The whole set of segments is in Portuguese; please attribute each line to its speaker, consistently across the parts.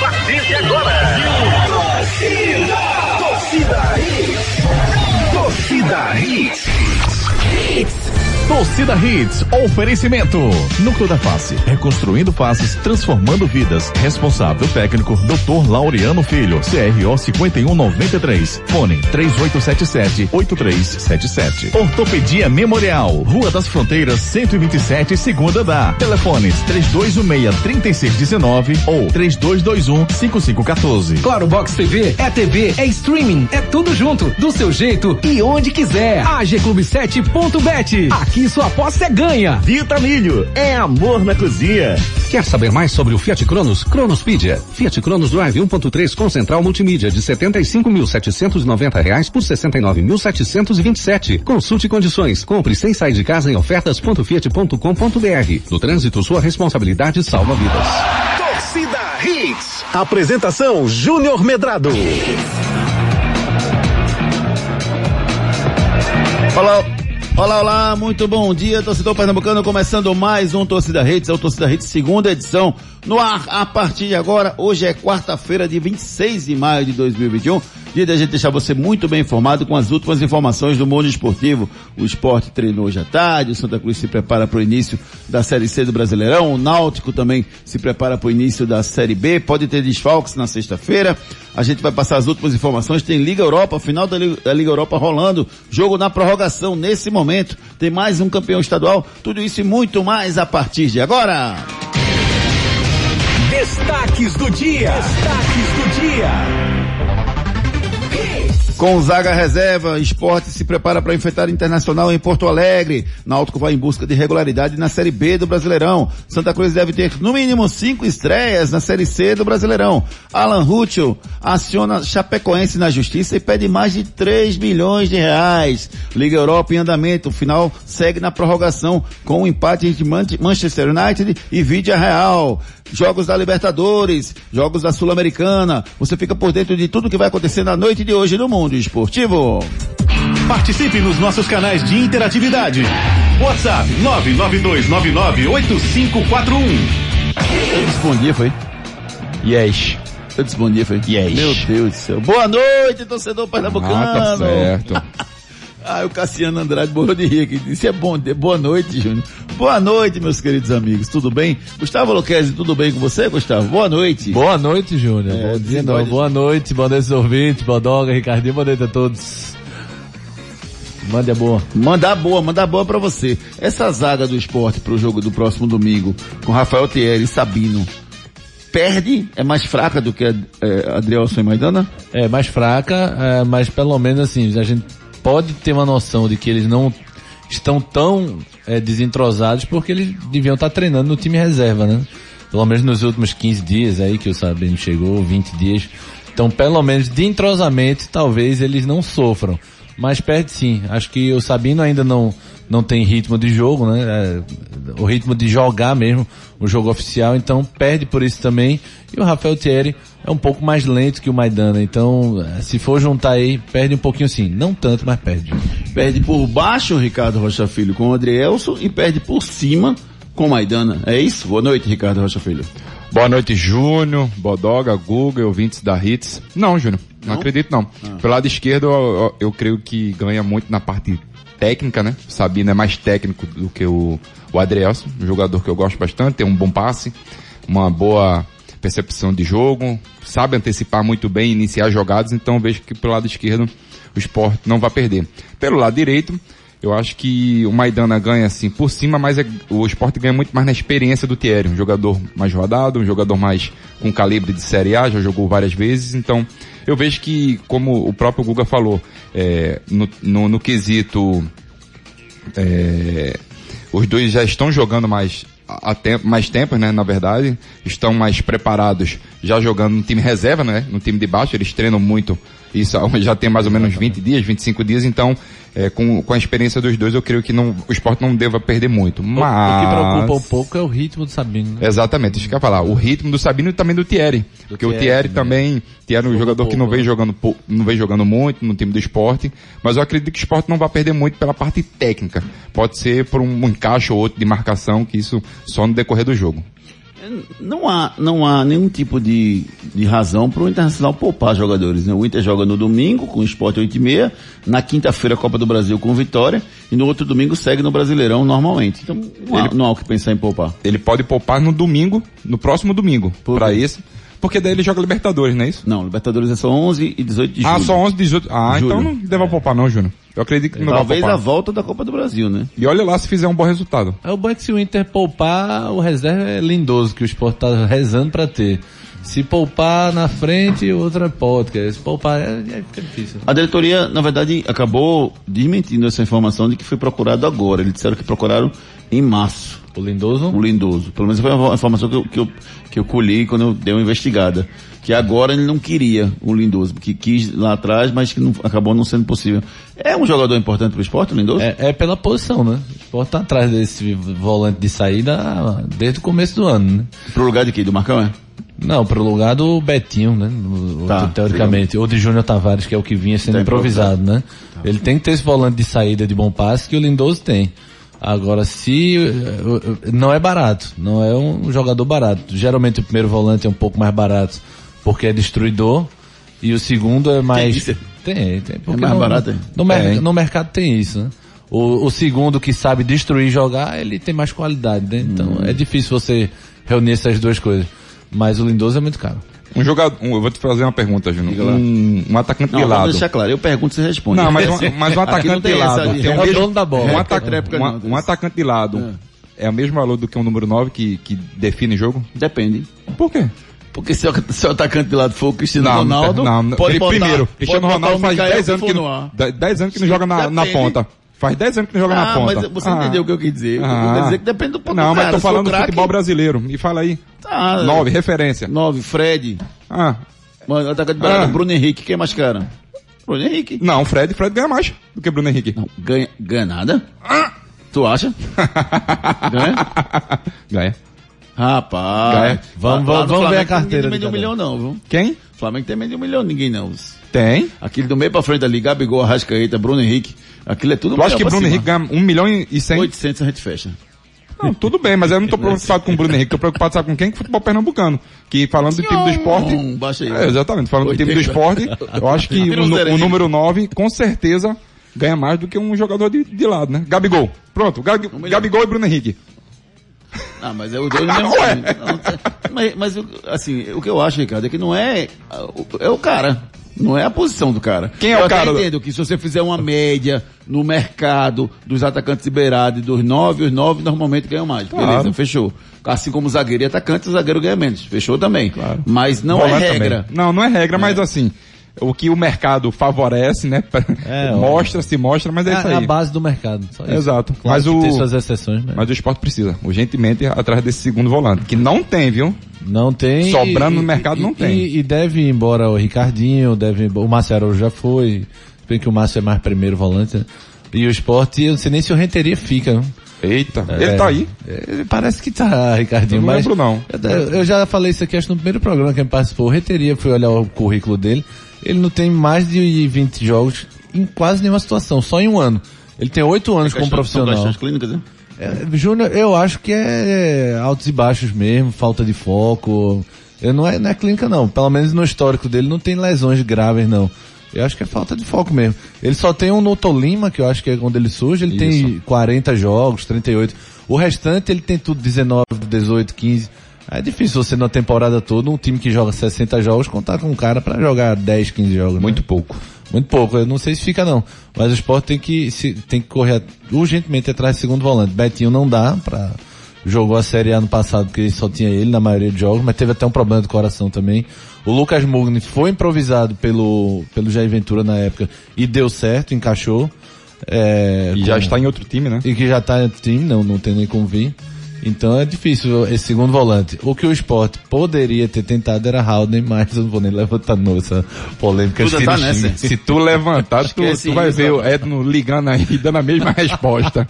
Speaker 1: partir de agora. Torcida! Torcida Hits! Torcida Hits!
Speaker 2: Torcida Hits, oferecimento. Núcleo da Face, reconstruindo faces, transformando vidas. Responsável técnico, Dr. Laureano Filho, CRO 5193. Fone 3877-8377. Ortopedia Memorial, Rua das Fronteiras, 127, Segunda da. Telefones 3216-3619 ou 3221-5514.
Speaker 3: Claro Box TV é TV, é streaming, é tudo junto, do seu jeito e onde quiser. AGClub7.bet. Aqui sua aposta é ganha.
Speaker 4: Vita Milho, é amor na cozinha.
Speaker 5: Quer saber mais sobre o Fiat Cronos? Cronospedia. Fiat Cronos Drive 1.3 com central multimídia de setenta e cinco mil setecentos e noventa reais por sessenta e nove mil setecentos e vinte e sete. Consulte condições. Compre sem sair de casa em ofertas.fiat.com.br. No trânsito, sua responsabilidade salva vidas.
Speaker 1: Torcida Hits!
Speaker 4: Apresentação Júnior Medrado.
Speaker 6: Olá, olá, olá, muito bom dia, torcedor pernambucano, começando mais um Torcida Hits, é o Torcida Hits, segunda edição, no ar, a partir de agora, hoje é quarta-feira, de 26 de maio de 2021, dia da gente deixar você muito bem informado com as últimas informações do mundo esportivo. O esporte treinou hoje à tarde, o Santa Cruz se prepara para o início da Série C do Brasileirão, o Náutico também se prepara para o início da Série B, pode ter desfalques na sexta-feira, a gente vai passar as últimas informações, tem Liga Europa, final da Liga da Liga Europa rolando, jogo na prorrogação nesse momento, tem mais um campeão estadual, tudo isso e muito mais a partir de agora.
Speaker 1: Destaques do dia.
Speaker 3: Tá
Speaker 1: Destaques do dia.
Speaker 6: Com zaga reserva, esporte se prepara para enfrentar Internacional em Porto Alegre. Náutico vai em busca de regularidade na Série B do Brasileirão. Santa Cruz deve ter no mínimo cinco estreias na Série C do Brasileirão. Alan Ruschel aciona Chapecoense na justiça e pede mais de 3 milhões de reais. Liga Europa em andamento. O final segue na prorrogação com o um empate entre Man- Manchester United e Vídea Real. Jogos da Libertadores, jogos da Sul-Americana. Você fica por dentro de tudo que vai acontecer na noite de hoje no Mundo Esportivo.
Speaker 2: Participe nos nossos canais de interatividade. WhatsApp 992998541.
Speaker 6: Eu disse bom dia, foi?
Speaker 7: Yes.
Speaker 6: Eu disse bom dia, foi?
Speaker 7: Yes.
Speaker 6: Meu Deus do céu. Boa noite, torcedor pernambucano.
Speaker 7: Ah, tá certo.
Speaker 6: Ah, o Cassiano Andrade morreu de rir aqui. Disse é bom dia. Boa noite, Júnior. Boa noite, meus queridos amigos. Tudo bem? Gustavo Luquezzi, tudo bem com você, Gustavo? Boa noite.
Speaker 8: Boa noite, Júnior.
Speaker 6: É,
Speaker 8: Bom dia,
Speaker 6: desenrole.
Speaker 8: não. Boa noite, boa noite, sorvete, bodoga, Ricardinho, boa noite a todos. Mande a boa.
Speaker 6: Mandar boa, mandar boa pra você. Essa zaga do esporte pro jogo do próximo domingo, com Rafael Thierry e Sabino, perde? É mais fraca do que a é, Adrielson e Maidana?
Speaker 8: É, mais fraca, é, mas pelo menos assim, a gente pode ter uma noção de que eles não estão tão é, desentrosados porque eles deviam estar treinando no time reserva, né? Pelo menos nos últimos 15 dias aí que o Sabino chegou, 20 dias. Então, pelo menos de entrosamento, talvez eles não sofram. Mas perde sim. Acho que o Sabino ainda não, não tem ritmo de jogo, né? É, o ritmo de jogar mesmo o jogo oficial, então perde por isso também. E o Rafael Thierry é um pouco mais lento que o Maidana, então eh, se for juntar aí, perde um pouquinho sim. Não tanto, mas perde.
Speaker 6: Perde por baixo, Ricardo Rocha Filho, com o Adrielson, e perde por cima com Maidana. É isso? Boa noite, Ricardo Rocha Filho.
Speaker 7: Boa noite, Júnior, Bodoga, Guga, ouvintes da Hits. Não, Júnior, não, acredito não. Pelo lado esquerdo, eu, eu- eu creio que ganha muito na parte técnica, né? O Sabino é mais técnico do que o, o Adrielson, um jogador que eu gosto bastante, tem um bom passe, uma boa percepção de jogo, sabe antecipar muito bem, iniciar jogadas, então vejo que pelo lado esquerdo o Sport não vai perder. Pelo lado direito, eu acho que o Maidana ganha assim por cima, mas é- o Sport ganha muito mais na experiência do Thierry, um jogador mais rodado, um jogador mais com calibre de Série A, já jogou várias vezes, então eu vejo que, como o próprio Guga falou, é, no, no- no quesito é, os dois já estão jogando mais há tempo, mais tempo, né, na verdade, estão mais preparados, já jogando no time reserva, né, no time de baixo, eles treinam muito, isso há- um, já tem mais ou menos 20 dias, 25 dias, então, é, com, com a experiência dos dois, eu creio que não, o esporte não deva perder muito,
Speaker 8: O- O que preocupa um
Speaker 7: mas...
Speaker 8: pouco é o ritmo do Sabino. né?
Speaker 7: Exatamente, isso que eu ia falar. O ritmo do Sabino e também do Thierry. porque o Thierry também, Thierry é um jogador que não
Speaker 6: né?
Speaker 7: vem jogando pou- não vem jogando muito no time do esporte, mas eu acredito que o esporte não vai perder muito pela parte técnica. Pode ser por um, um encaixe ou outro de marcação, que isso só no decorrer do jogo.
Speaker 6: Não há, não há nenhum tipo de, de razão para o Internacional poupar jogadores. Né? O Inter joga no domingo com o Sport 8 e meia, na quinta-feira a Copa do Brasil com Vitória e no outro domingo segue no Brasileirão normalmente. Então não há, não há o que pensar em poupar.
Speaker 7: Ele pode poupar no domingo, no próximo domingo,
Speaker 6: Por
Speaker 7: pra
Speaker 6: quê?
Speaker 7: esse. Porque daí ele joga Libertadores, não é isso?
Speaker 6: Não, Libertadores é só 11 e 18 de julho.
Speaker 7: Ah, só 11, 18. Ah,
Speaker 6: Júlio. É.
Speaker 7: então não deva poupar não, Júnior. Eu acredito que não vai
Speaker 6: Talvez a
Speaker 7: poupar.
Speaker 6: volta da Copa do Brasil, né?
Speaker 7: E olha lá se fizer um bom resultado.
Speaker 8: É o bom é que se o Inter poupar, o reserva é lindoso, que o Sport tá rezando pra ter. Se poupar na frente, o outro é podcast. Se poupar, é, é fica difícil.
Speaker 6: A diretoria, na verdade, acabou desmentindo essa informação de que foi procurado agora. Eles disseram que procuraram em março
Speaker 8: O lindoso
Speaker 6: o Lindoso. Pelo menos foi a informação que eu, que eu, que eu colhi quando eu dei uma investigada. Que agora ele não queria o Lindoso, que quis lá atrás, mas que não, acabou não sendo possível. É um jogador importante para o esporte, o Lindoso?
Speaker 8: é, é pela posição, né? O Sport tá atrás desse volante de saída ah, desde o começo do ano, né?
Speaker 6: Pro lugar de quê? Do Marcão, é?
Speaker 8: Não, pro lugar do Betinho, né? O- o-
Speaker 6: Tá,
Speaker 8: teoricamente. Ou de Júnior Tavares, que é o que vinha sendo
Speaker 6: Tá
Speaker 8: improvisado, né? Ele tem que ter esse volante de saída de bom passe que o Lindoso tem. Agora, se. eh, eh, Não é barato. Não é um jogador barato. Geralmente o primeiro volante é um pouco mais barato porque é destruidor. E o segundo é mais.
Speaker 6: isso?
Speaker 8: Tem, tem. porque
Speaker 6: mais
Speaker 8: no-
Speaker 6: barato, é?
Speaker 8: No, mer-
Speaker 6: Tem.
Speaker 8: no mercado tem isso, né? O, o segundo que sabe destruir e jogar, ele tem mais qualidade, né?
Speaker 7: Hum.
Speaker 8: Então é difícil você reunir essas duas coisas. Mas o Lindoso é muito caro.
Speaker 7: Um jogador. um- eu vou te fazer uma pergunta, Júnior. Um, um atacante
Speaker 6: Não, vamos
Speaker 7: pilado.
Speaker 6: deixar claro. Eu pergunto, você responde.
Speaker 7: Não, mas, um- mas um
Speaker 6: Aqui
Speaker 7: atacante
Speaker 6: não tem essa
Speaker 7: pilado.
Speaker 6: de-
Speaker 7: tem
Speaker 8: É
Speaker 7: um
Speaker 8: o
Speaker 7: mesmo-
Speaker 8: dono da bola.
Speaker 7: Um,
Speaker 8: Réplica,
Speaker 7: ataca-
Speaker 6: tréplica,
Speaker 7: um-
Speaker 6: não,
Speaker 7: um atacante pilado é o mesmo valor do que um número 9 que, que define jogo?
Speaker 6: Depende.
Speaker 7: Por quê?
Speaker 6: Porque se o, se o atacante de lado for o Cristiano
Speaker 7: Não,
Speaker 6: Ronaldo,
Speaker 7: não, não.
Speaker 6: pode
Speaker 7: Pri-
Speaker 6: botar,
Speaker 7: primeiro,
Speaker 6: pode
Speaker 7: Cristiano
Speaker 6: botar
Speaker 7: Ronaldo
Speaker 6: o
Speaker 7: faz
Speaker 6: Mikael
Speaker 7: 10
Speaker 6: que
Speaker 7: anos
Speaker 6: for
Speaker 7: que,
Speaker 6: no
Speaker 7: não,
Speaker 6: ar.
Speaker 7: 10 anos que não joga na, na
Speaker 6: Depende.
Speaker 7: ponta. Faz 10 anos que não joga na
Speaker 6: Ah,
Speaker 7: ponta.
Speaker 6: mas você
Speaker 7: Ah.
Speaker 6: entendeu o que eu quis dizer. Eu quis dizer que depende do ponto
Speaker 7: Não,
Speaker 6: do
Speaker 7: mas
Speaker 6: cara.
Speaker 7: tô
Speaker 6: Se for
Speaker 7: falando do
Speaker 6: craque-
Speaker 7: futebol brasileiro. Me fala aí.
Speaker 6: Tá,
Speaker 7: 9, referência.
Speaker 6: Nove, Fred.
Speaker 7: Ah,
Speaker 6: Mano, atacante barato,
Speaker 7: Ah.
Speaker 6: Bruno Henrique, quem é mais cara? Bruno Henrique.
Speaker 7: não, Fred, Fred ganha mais do que Bruno Henrique.
Speaker 6: Não, ganha, ganha nada?
Speaker 7: Ah.
Speaker 6: Tu acha? ganha?
Speaker 7: Ganha.
Speaker 6: Rapaz.
Speaker 7: Ganha.
Speaker 8: Vamos-
Speaker 6: Lá no
Speaker 8: vamos- vamos ver a
Speaker 6: Flamengo
Speaker 8: carteira
Speaker 6: Ninguém tem
Speaker 8: de
Speaker 6: meio de um milhão não, viu?
Speaker 7: Quem?
Speaker 6: Flamengo tem meio de um milhão ninguém não.
Speaker 7: Tem.
Speaker 6: Aquele do meio pra frente ali, Gabigol, Arrascaeta, Bruno Henrique. Aquilo é tudo
Speaker 7: Tu acha
Speaker 6: milhão
Speaker 7: que
Speaker 6: pra
Speaker 7: Bruno
Speaker 6: cima.
Speaker 7: Henrique ganha 1 milhão e e 100?
Speaker 6: 800 a gente fecha.
Speaker 7: Não, tudo bem, mas eu não tô preocupado com o Bruno Henrique. Tô preocupado, sabe com quem? Com o futebol pernambucano. Que falando do time do esporte...
Speaker 6: Hum, baixa aí.
Speaker 7: É, exatamente. Falando do time do
Speaker 6: 80.
Speaker 7: esporte, eu acho que
Speaker 6: Vira um
Speaker 7: o, nu-
Speaker 6: zero
Speaker 7: o
Speaker 6: aí.
Speaker 7: número 9, com certeza, ganha mais do que um jogador de, de lado, né? Gabigol. Pronto, Gabi-
Speaker 6: milhão.
Speaker 7: Gabigol e Bruno Henrique.
Speaker 6: Ah, mas é o dois no mesmo
Speaker 7: Ué.
Speaker 6: time. Não, tá- mas, mas, eu- assim, o que eu acho, Ricardo, é que não é, ah, o- é o cara. Não é a posição do cara.
Speaker 7: Quem é
Speaker 6: eu
Speaker 7: o
Speaker 6: até
Speaker 7: cara?
Speaker 6: entendo que se você fizer uma média no mercado dos atacantes liberados e dos nove, os nove normalmente ganham mais. Beleza, fechou. Assim como zagueiro e atacante, o zagueiro ganha menos. Fechou também. Mas não
Speaker 7: Volante
Speaker 6: é
Speaker 7: também.
Speaker 6: regra.
Speaker 7: Não, não é regra, mas assim, o que o mercado favorece, né?
Speaker 8: É, ó.
Speaker 7: mostra, se mostra, mas é, isso
Speaker 8: É a
Speaker 7: aí.
Speaker 8: base do mercado. Só isso.
Speaker 7: Exato.
Speaker 8: Claro
Speaker 7: Mas
Speaker 8: que
Speaker 7: o-
Speaker 8: tem suas exceções, né?
Speaker 7: Mas o esporte precisa, urgentemente, atrás desse segundo volante. Que não tem, viu?
Speaker 8: Não tem.
Speaker 7: Sobrando
Speaker 8: e-
Speaker 7: no mercado
Speaker 8: e-
Speaker 7: não
Speaker 8: e-
Speaker 7: tem.
Speaker 8: E, deve ir embora o Ricardinho, deve ir embora- o Márcio Araújo já foi. Se bem que o Márcio é mais primeiro volante, né? E o esporte, eu não sei nem se o Renteria fica. né?
Speaker 7: Eita,
Speaker 8: É,
Speaker 7: ele tá aí.
Speaker 8: ele parece que tá, Ricardinho,
Speaker 7: Eu não
Speaker 8: mas...
Speaker 7: lembro, não.
Speaker 8: Eu, eu já falei isso aqui, acho, que no primeiro programa que ele participou. O Reteria, fui olhar o currículo dele. Ele não tem mais de 20 jogos em quase nenhuma situação, só em um ano. Ele tem oito anos
Speaker 6: Questão-
Speaker 8: como
Speaker 6: são
Speaker 8: profissional.
Speaker 6: questões clínicas, né?
Speaker 8: É, Júnior, eu acho que é altos e baixos mesmo, falta de foco. Eu não, é, não é clínica não, pelo menos no histórico dele não tem lesões graves não. Eu acho que é falta de foco mesmo. Ele só tem um no Tolima, que eu acho que é quando ele surge, ele tem 40 jogos, 38. O restante ele tem tudo 19, 18, 15. É difícil você na temporada toda, um time que joga 60 jogos, contar com um cara pra jogar 10, 15 jogos. né?
Speaker 7: Muito pouco.
Speaker 8: Muito pouco, eu não sei se fica não. Mas o esporte tem que, se, tem que correr urgentemente atrás do segundo volante. Betinho não dá pra. Jogou a Série A no passado porque só tinha ele na maioria dos jogos, mas teve até um problema de coração também. O Lucas Mugni foi improvisado pelo, pelo Jair Ventura na época e deu certo, encaixou. É,
Speaker 7: E
Speaker 8: com-
Speaker 7: já está em outro time, né?
Speaker 8: e que já tá no time, não, não tem nem como vir. Então é difícil esse segundo volante. O que o esporte poderia ter tentado era Howden, mas eu não vou nem levantar nossa polêmica.
Speaker 6: Tu já
Speaker 8: se
Speaker 6: tá
Speaker 8: ele
Speaker 6: nessa?
Speaker 8: xinga.
Speaker 7: Se tu levantar, tu,
Speaker 6: Esquece
Speaker 7: tu vai
Speaker 6: isso,
Speaker 7: ver o Edno ligando aí, dando a mesma resposta.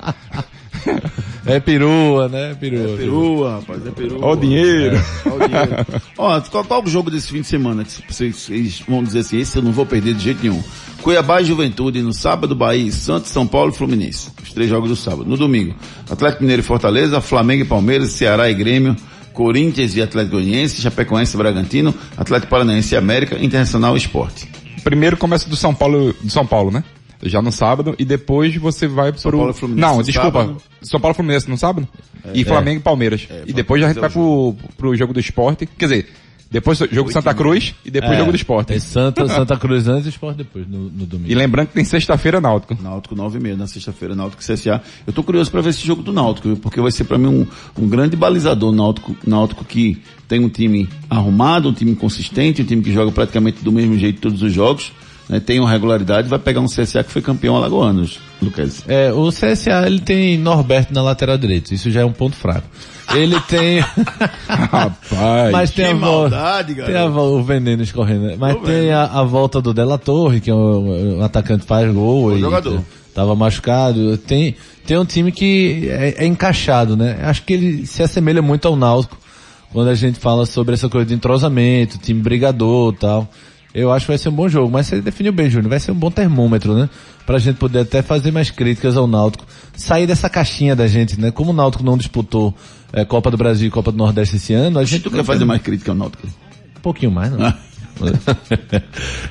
Speaker 8: É perua, né? Perua.
Speaker 6: Perua, rapaz, é perua.
Speaker 7: Ó o dinheiro.
Speaker 6: Ó, o dinheiro. Ó, qual, qual o jogo desse fim de semana que vocês, vocês vão dizer assim, esse eu não vou perder de jeito nenhum. Cuiabá e Juventude no sábado, Bahia, e Santos, São Paulo e Fluminense. Os três jogos do sábado. No domingo, Atlético Mineiro e Fortaleza, Flamengo e Palmeiras, Ceará e Grêmio, Corinthians e Atlético Goianiense, Chapecoense e Bragantino, Atlético Paranaense e América, Internacional e Esporte.
Speaker 7: Primeiro começa do São Paulo, do São Paulo, né? Já no sábado e depois você vai pro
Speaker 6: Paulo e Fluminense
Speaker 7: Não,
Speaker 6: no
Speaker 7: desculpa.
Speaker 6: sábado. É.
Speaker 7: São Paulo e Fluminense no sábado? e Flamengo e Palmeiras. e depois já a gente vai pro, pro jogo do Esporte, quer dizer, depois jogo do Santa Cruz e depois
Speaker 6: É.
Speaker 7: jogo do Esporte.
Speaker 8: É Santa, Santa Cruz antes e Sport depois, no, no
Speaker 7: E
Speaker 8: domingo.
Speaker 7: lembrando que tem sexta-feira Náutico.
Speaker 6: Náutico 9 e meia, na sexta-feira, Náutico e CSA. Eu tô curioso para ver esse jogo do Náutico, viu? porque vai ser para mim um, um grande balizador Náutico, Náutico que tem um time arrumado, um time consistente, um time que joga praticamente do mesmo jeito todos os jogos, né? tem uma regularidade, vai pegar um CSA que foi campeão alagoanos, Lucas.
Speaker 8: É, o CSA ele tem Norberto na lateral direita, isso já é um ponto fraco. Ele tem.
Speaker 7: Rapaz.
Speaker 8: mas tem,
Speaker 6: que
Speaker 8: a vol-
Speaker 6: maldade,
Speaker 8: tem
Speaker 6: garoto.
Speaker 8: a vol- o veneno escorrendo. né? Mas tem a, a volta do Della Torre, que é um, um atacante que faz gol. e-
Speaker 6: jogador.
Speaker 8: Tava machucado. Tem, tem um time que é, é encaixado, né? Acho que ele se assemelha muito ao Náutico quando a gente fala sobre essa coisa de entrosamento, time brigador e tal. Eu acho que vai ser um bom jogo, mas você definiu bem, Júnior. Vai ser um bom termômetro, né? Pra gente poder até fazer mais críticas ao Náutico. Sair dessa caixinha da gente, né? Como o Náutico não disputou eh, Copa do Brasil e Copa do Nordeste esse ano, a
Speaker 6: A gente
Speaker 8: gente
Speaker 6: tu quer fazer mais crítica ao Náutico?
Speaker 8: um pouquinho mais, não.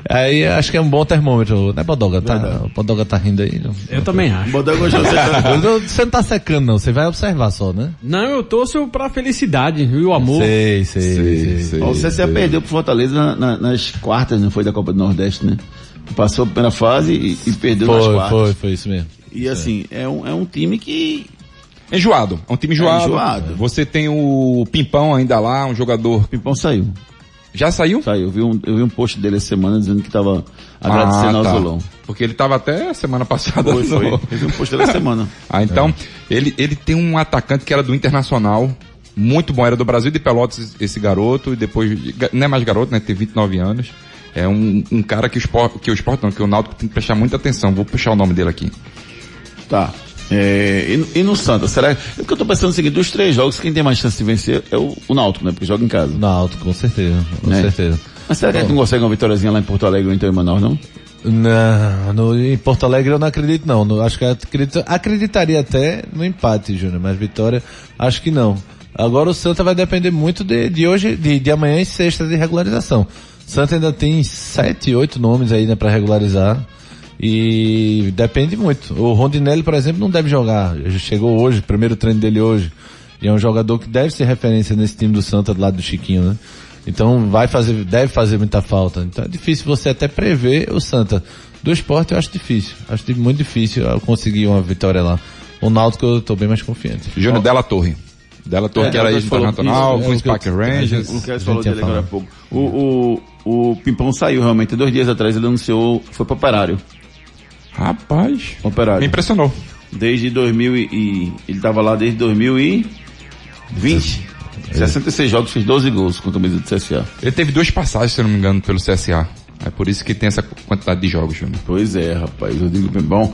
Speaker 8: aí acho que é um bom termômetro, né, Bodoga? Tá, o Bodoga tá rindo aí. Não.
Speaker 9: Eu também acho.
Speaker 6: Bodoga gostou dessa-
Speaker 8: Eu não- Você não tá secando, não. Você vai observar só, né?
Speaker 9: Não, eu torço pra felicidade e o amor.
Speaker 8: Sei, sei, sei.
Speaker 6: Ó, O CSA perdeu pro Fortaleza na- na- nas quartas, não foi da Copa do Nordeste, né? Passou pela fase e, e perdeu nas
Speaker 8: Foi,
Speaker 6: quartas.
Speaker 8: foi, foi isso mesmo.
Speaker 6: E assim, é um, é um time que
Speaker 7: Enjoado. É um time enjoado.
Speaker 6: enjoado.
Speaker 7: Você tem o Pimpão ainda lá, um jogador.
Speaker 6: Pimpão saiu.
Speaker 7: Já saiu?
Speaker 6: Saiu. Eu vi um, eu vi um post dele essa semana dizendo que tava agradecendo
Speaker 7: Ah,
Speaker 6: ao
Speaker 7: tá.
Speaker 6: Zulão.
Speaker 7: Porque ele tava até semana passada.
Speaker 6: Foi,
Speaker 7: no-
Speaker 6: foi. Eu vi um post dele essa semana.
Speaker 7: Ah, então, ele, ele tem um atacante que era do Internacional, muito bom, era do Brasil de Pelotas esse garoto, e depois, ga- não é mais garoto, né, tem 29 anos, é um, um cara que o esporte, que o esporte não, que o Náutico tem que prestar muita atenção, vou puxar o nome dele aqui.
Speaker 6: Tá. É, e, no- e no Santa, será? É porque eu tô pensando o seguinte, dos três jogos, quem tem mais chance de vencer é o, o Náutico, né? Porque joga em casa.
Speaker 8: Náutico, com certeza, com
Speaker 6: É.
Speaker 8: certeza.
Speaker 6: Mas será que a gente não consegue uma vitóriazinha lá em Porto Alegre ou então em Manaus, não?
Speaker 8: Não, no, em Porto Alegre eu não acredito não. No- acho que eu acredito, acreditaria até no empate, Júnior, mas vitória acho que não. Agora o Santa vai depender muito de, de hoje, de, de amanhã e sexta de regularização. Santa ainda tem sete, oito nomes aí né, para regularizar e depende muito. O Rondinelli, por exemplo, não deve jogar. Chegou hoje, primeiro treino dele hoje. E é um jogador que deve ser referência nesse time do Santa do lado do Chiquinho, né? Então vai fazer, deve fazer muita falta. Então é difícil você até prever o Santa. Do esporte eu acho difícil. Acho de- muito difícil eu conseguir uma vitória lá. O Náutico eu tô bem mais confiante.
Speaker 7: Júnior Della Torre. Della Torre,
Speaker 6: É,
Speaker 7: que era
Speaker 6: Della Torre
Speaker 7: ex-internacional,
Speaker 8: falou isso,
Speaker 7: com
Speaker 8: é
Speaker 7: o
Speaker 8: o que eu-
Speaker 7: Spark Rangers.
Speaker 6: O
Speaker 8: A
Speaker 6: Lucas
Speaker 8: gente
Speaker 6: falou
Speaker 8: ia
Speaker 6: dele agora há
Speaker 8: falar.
Speaker 6: pouco. O, o, o Pimpão saiu realmente, dois dias atrás ele anunciou, foi pro Operário.
Speaker 7: Rapaz, me
Speaker 6: Operário.
Speaker 7: impressionou.
Speaker 6: Desde 2000 e, e- ele tava lá desde 2020. É. 66 jogos, fez 12 gols com a camisa do CSA.
Speaker 7: Ele teve duas passagens, se eu não me engano, pelo CSA. É por isso que tem essa quantidade de jogos, Júnior.
Speaker 6: Pois é, rapaz. O Rodrigo Pimbão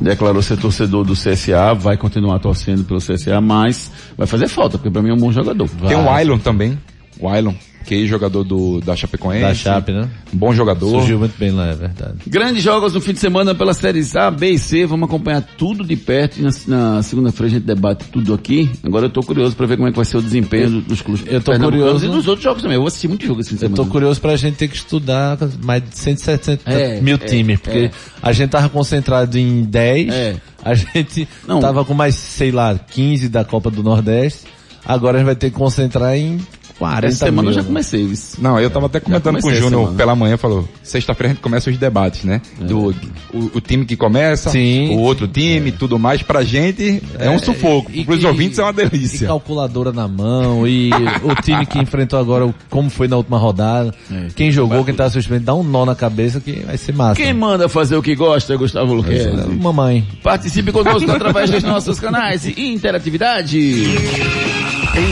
Speaker 6: declarou ser torcedor do CSA, vai continuar torcendo pelo CSA, mas vai fazer falta, porque pra mim é um bom jogador.
Speaker 7: Tem
Speaker 8: Tá.
Speaker 7: o Ailon também, o Ailon, que é jogador do, da Chapecoense.
Speaker 8: Da Chape, né?
Speaker 7: Bom jogador.
Speaker 8: Surgiu muito bem lá, é verdade.
Speaker 6: Grandes jogos no fim de semana pelas séries A, B e C. Vamos acompanhar tudo de perto. E na, na segunda-feira a gente debate tudo aqui. Agora eu tô curioso pra ver como é que vai ser o desempenho dos clubes.
Speaker 8: eu tô
Speaker 6: pernambucanos
Speaker 8: curioso.
Speaker 6: E dos outros jogos também. Eu vou assistir muito jogo esse fim de
Speaker 8: Eu
Speaker 6: semana.
Speaker 8: tô curioso pra gente ter que estudar mais de 170
Speaker 6: É,
Speaker 8: mil
Speaker 6: é,
Speaker 8: times, porque a gente tava concentrado em 10,
Speaker 6: É.
Speaker 8: a gente
Speaker 6: Não.
Speaker 8: tava com mais, sei lá, 15 da Copa do Nordeste, agora a gente vai ter que concentrar em 40
Speaker 6: Essa semana
Speaker 8: mil,
Speaker 6: eu já
Speaker 8: né?
Speaker 6: comecei. Vice.
Speaker 7: Não, eu tava até comentando com o
Speaker 6: comecei essa
Speaker 7: Júnior
Speaker 6: semana.
Speaker 7: pela manhã, falou, sexta-feira a gente começa os debates, né? Do, o, o time que começa,
Speaker 8: É. Sim. É.
Speaker 7: o outro time, tudo mais, pra gente é, um sufoco.
Speaker 8: e
Speaker 7: Pros
Speaker 8: que-
Speaker 7: ouvintes é uma
Speaker 8: E
Speaker 7: delícia.
Speaker 8: calculadora na mão, e o time que enfrentou agora, o- como foi na última rodada, quem jogou, quem tava suspenso, dá um nó na cabeça que vai ser massa.
Speaker 6: Quem manda fazer o que gosta é Gustavo Luquez.
Speaker 8: É, Mamãe.
Speaker 6: Participe conosco através dos nossos canais e interatividade.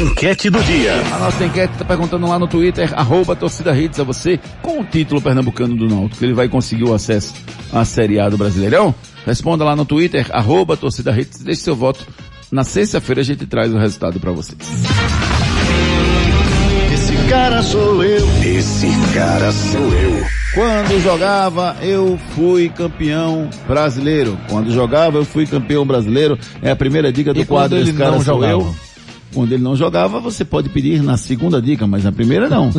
Speaker 1: Enquete do dia.
Speaker 6: A nossa enquete está perguntando lá no Twitter, arroba torcida hits a você, com o título pernambucano do Náutico. Ele vai conseguir o acesso à Série A do Brasileirão? Responda lá no Twitter, arroba torcida hits, deixe seu voto. Na sexta-feira a gente traz o resultado para vocês.
Speaker 1: Esse cara sou eu. Esse cara sou eu.
Speaker 6: Quando jogava, eu fui campeão brasileiro. Quando jogava, eu fui campeão brasileiro. É a primeira dica do
Speaker 8: E quando
Speaker 6: quadro
Speaker 8: ele
Speaker 6: Esse cara
Speaker 8: não
Speaker 6: sou
Speaker 8: jogava?
Speaker 6: eu. Quando ele não jogava, você pode pedir na segunda dica, mas na primeira não.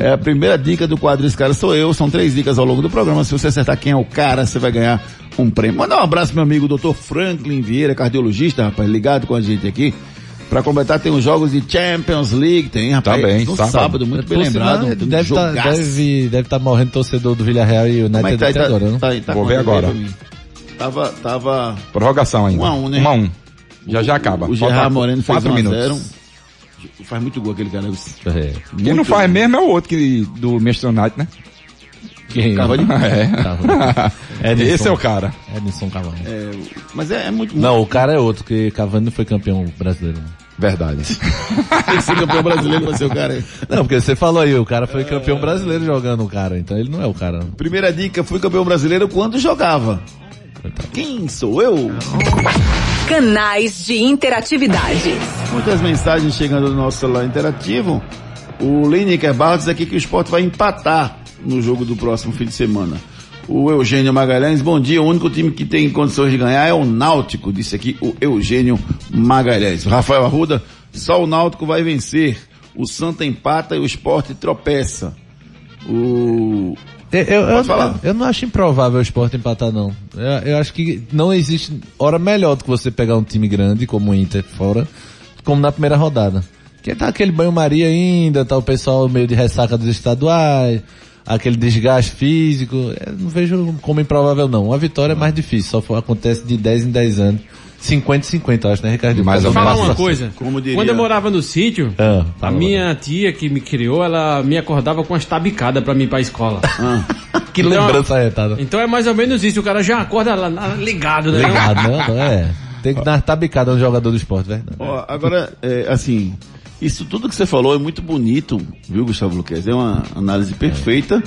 Speaker 6: É a primeira dica do quadro Esse Cara Sou Eu. São três dicas ao longo do programa. Se você acertar quem é o cara, você vai ganhar um prêmio. Mandar um abraço pro meu amigo Dr. Franklin Vieira, cardiologista, rapaz, ligado com a gente aqui. Pra completar, tem os jogos de Champions League, tem, rapaz.
Speaker 7: bem,
Speaker 6: no
Speaker 7: sábado.
Speaker 6: sábado, muito Tá bem
Speaker 8: Por sinal,
Speaker 6: lembrado. um
Speaker 8: deve tá-
Speaker 6: jogaço.
Speaker 8: deve deve tá morrendo torcedor do Villarreal e o
Speaker 6: Como é
Speaker 8: United
Speaker 6: que tá, aí?
Speaker 8: até
Speaker 6: tá,
Speaker 8: agora, né?
Speaker 6: tá aí? Tá
Speaker 7: Vou
Speaker 6: quanto
Speaker 7: ver
Speaker 6: aí
Speaker 7: agora.
Speaker 6: pra mim? Tava, tava...
Speaker 7: Prorrogação ainda.
Speaker 6: Um a um, né?
Speaker 7: Um a um. Já já acaba.
Speaker 6: O
Speaker 7: Falta
Speaker 6: Gerard Moreno fez
Speaker 7: quatro
Speaker 6: 1 a
Speaker 7: minutos.
Speaker 6: 0. Faz muito gol aquele cara.
Speaker 8: É.
Speaker 7: Quem não faz mesmo é o outro que, do Manchester United, né?
Speaker 8: Quem?
Speaker 6: Cavani.
Speaker 7: É.
Speaker 8: Cavani. Edson.
Speaker 7: Esse é o cara.
Speaker 8: Edson Cavani.
Speaker 6: É, mas é, é muito
Speaker 8: Não, o cara é outro, que Cavani não foi campeão brasileiro. né?
Speaker 7: Verdade.
Speaker 6: Tem que ser campeão brasileiro pra ser o cara. aí.
Speaker 8: Não, porque você falou aí, o cara foi campeão brasileiro jogando o cara, então ele não é o cara.
Speaker 6: Primeira dica, fui campeão brasileiro quando jogava. Quem sou eu?
Speaker 10: Canais de interatividade.
Speaker 6: Muitas mensagens chegando no nosso celular interativo. O Lineker Barros diz aqui que o esporte vai empatar no jogo do próximo fim de semana. O Eugênio Magalhães, bom dia. O único time que tem condições de ganhar é o Náutico, disse aqui o Eugênio Magalhães. O Rafael Arruda, só o Náutico vai vencer. O Santa empata e o esporte tropeça. O
Speaker 8: Eu, eu,
Speaker 6: Pode
Speaker 8: eu,
Speaker 6: falar.
Speaker 8: eu não acho improvável o esporte empatar, não. Eu, eu acho que não existe hora melhor do que você pegar um time grande, como o Inter fora, como na primeira rodada. Porque tá aquele banho-maria ainda, tá o pessoal meio de ressaca dos estaduais, aquele desgaste físico. Eu não vejo como improvável, não. Uma vitória é mais difícil, só fo- acontece de 10 em 10 anos. 50 50, eu acho, né, Ricardo?
Speaker 7: Mais ou
Speaker 9: Falar uma
Speaker 7: Nossa,
Speaker 9: coisa.
Speaker 6: como diria-
Speaker 9: Quando eu morava no sítio,
Speaker 8: Ah,
Speaker 5: tá
Speaker 9: a minha tia que me criou, ela me acordava com as tabicadas pra mim ir pra escola.
Speaker 8: Que
Speaker 9: Então-
Speaker 8: lembrança tá? retada.
Speaker 9: Então é mais ou menos isso. O cara já acorda lá- lá ligado, né?
Speaker 8: Ligado, não, não é. Tem que dar uma tabicada no jogador do esporte, verdade.
Speaker 6: Ó, agora, é, assim, isso tudo que você falou é muito bonito, viu, Gustavo Luquez? É uma análise perfeita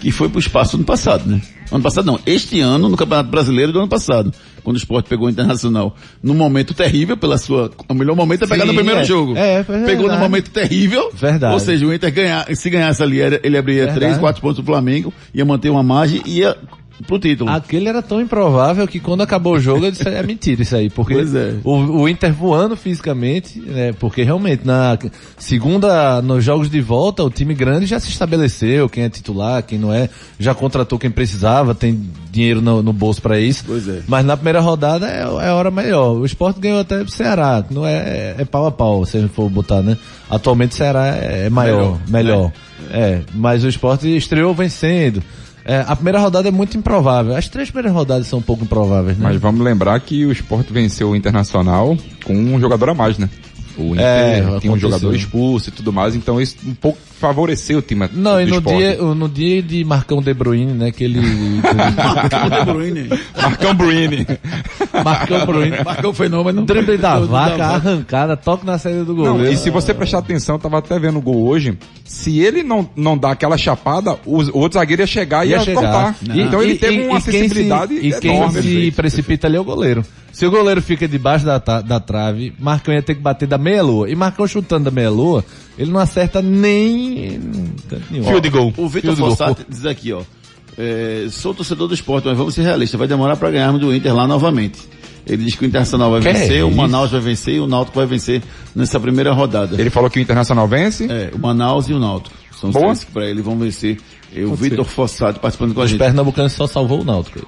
Speaker 6: que foi pro espaço ano passado, né? Ano passado não, este ano, no Campeonato Brasileiro do ano passado, quando o esporte pegou o Internacional num momento terrível pela sua... O melhor momento é pegar
Speaker 8: Sim,
Speaker 6: no primeiro
Speaker 8: é.
Speaker 6: jogo.
Speaker 8: É, é
Speaker 6: Pegou num
Speaker 8: verdade.
Speaker 6: momento terrível.
Speaker 8: Verdade.
Speaker 6: Ou seja, o Inter ganhar, se ganhasse ali, era- ele abriria
Speaker 8: Verdade.
Speaker 6: três, quatro pontos do Flamengo, ia manter uma margem e ia pro título.
Speaker 8: Aquele era tão improvável que quando acabou o jogo eu disse, é mentira isso aí, porque
Speaker 6: Pois é.
Speaker 8: o, o Inter voando fisicamente, né, porque realmente na segunda, nos jogos de volta, o time grande já se estabeleceu, quem é titular, quem não é, já contratou quem precisava, tem dinheiro no, no bolso pra isso.
Speaker 6: Pois é.
Speaker 8: Mas na primeira rodada é, é a hora melhor. O esporte ganhou até do Ceará, que não é, é pau a pau, se a gente for botar, né? Atualmente o Ceará é é maior, melhor. É, mas o esporte estreou vencendo. É, a primeira rodada é muito improvável. As três primeiras rodadas são um pouco improváveis, né?
Speaker 7: Mas vamos lembrar que o Sport venceu o Internacional com um jogador a mais, né? O Inter
Speaker 8: É,
Speaker 7: tem um
Speaker 8: aconteceu.
Speaker 7: jogador expulso e tudo mais, então isso um pouco favoreceu o time
Speaker 8: Não,
Speaker 7: do
Speaker 8: e no
Speaker 7: Sport.
Speaker 8: dia, no dia de Marcão De Bruyne, né, que ele...
Speaker 6: De Bruyne.
Speaker 7: Marcão Bruni.
Speaker 8: Marcão De Bruyne,
Speaker 6: Marcou o fenômeno.
Speaker 8: drible da
Speaker 6: Todo
Speaker 8: vaca, arrancada, toque na saída do
Speaker 7: Não,
Speaker 8: goleiro.
Speaker 7: e se você prestar atenção, eu tava até vendo o gol hoje, se ele não, não dá aquela chapada, os- o outro zagueiro ia chegar e ia,
Speaker 8: ia chegar.
Speaker 7: cortar. é Então ele teve
Speaker 8: quem
Speaker 7: uma
Speaker 8: se-
Speaker 7: acessibilidade
Speaker 8: E quem
Speaker 7: enorme.
Speaker 8: se precipita ali é o goleiro. Se o goleiro fica debaixo da, ta- da trave, Marcão ia ter que bater da meia-lua. E Marcão chutando da meia-lua, ele não acerta nem... um Fio de gol.
Speaker 6: O Vitor Fossati diz aqui, ó. é, sou torcedor do esporte, mas vamos ser realistas. Vai demorar para ganharmos do Inter lá novamente. Ele diz que o Internacional vai
Speaker 8: Que é
Speaker 6: vencer, o
Speaker 8: isso?
Speaker 6: Manaus vai vencer e o Náutico vai vencer nessa primeira rodada.
Speaker 7: Ele falou que o Internacional vence.
Speaker 6: É, o Manaus e o Náutico. São os
Speaker 7: Boa.
Speaker 6: três que para ele vão vencer. E o Vitor Fossati participando com a
Speaker 8: Os
Speaker 6: gente.
Speaker 8: pernambucanos só salvou o Náutico.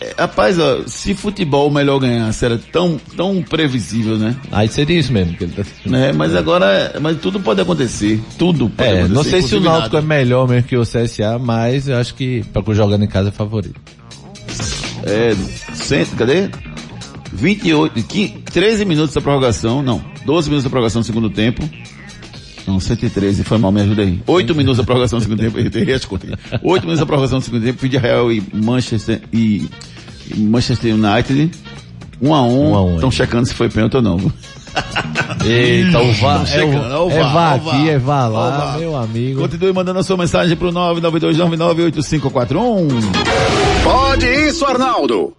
Speaker 6: É, rapaz, ó, se futebol melhor ganhasse era tão, tão previsível, né?
Speaker 8: Aí seria isso mesmo que ele tá assistindo.
Speaker 6: né? Mas agora, mas tudo pode acontecer. Tudo pode
Speaker 8: É,
Speaker 6: acontecer.
Speaker 8: não sei se o
Speaker 6: inclusive
Speaker 8: Náutico
Speaker 6: nada.
Speaker 8: é melhor mesmo que o CSA, mas eu acho que pra jogando em casa é favorito.
Speaker 6: É, cento, cadê? 28, 15, 13 minutos da prorrogação, não, 12 minutos da prorrogação do segundo tempo. Não, 113, foi mal, me ajuda aí. 8 minutos da prorrogação do segundo tempo, eu errei as contas. 8 minutos da prorrogação do segundo tempo, Villarreal e Manchester, e, e Manchester United, 1 a 1
Speaker 8: Um a um,
Speaker 6: estão
Speaker 8: é.
Speaker 6: checando se foi pênalti ou não.
Speaker 8: Eita, o VAR, é,
Speaker 6: chegando, ó, o
Speaker 8: o, é
Speaker 6: VAR, ó, o
Speaker 8: VAR
Speaker 6: VAR,
Speaker 8: aqui, é VAR
Speaker 6: ó, o
Speaker 8: lá,
Speaker 6: VAR.
Speaker 8: meu amigo.
Speaker 6: Continue mandando a sua mensagem pro 992998541.
Speaker 1: Pode isso, Arnaldo.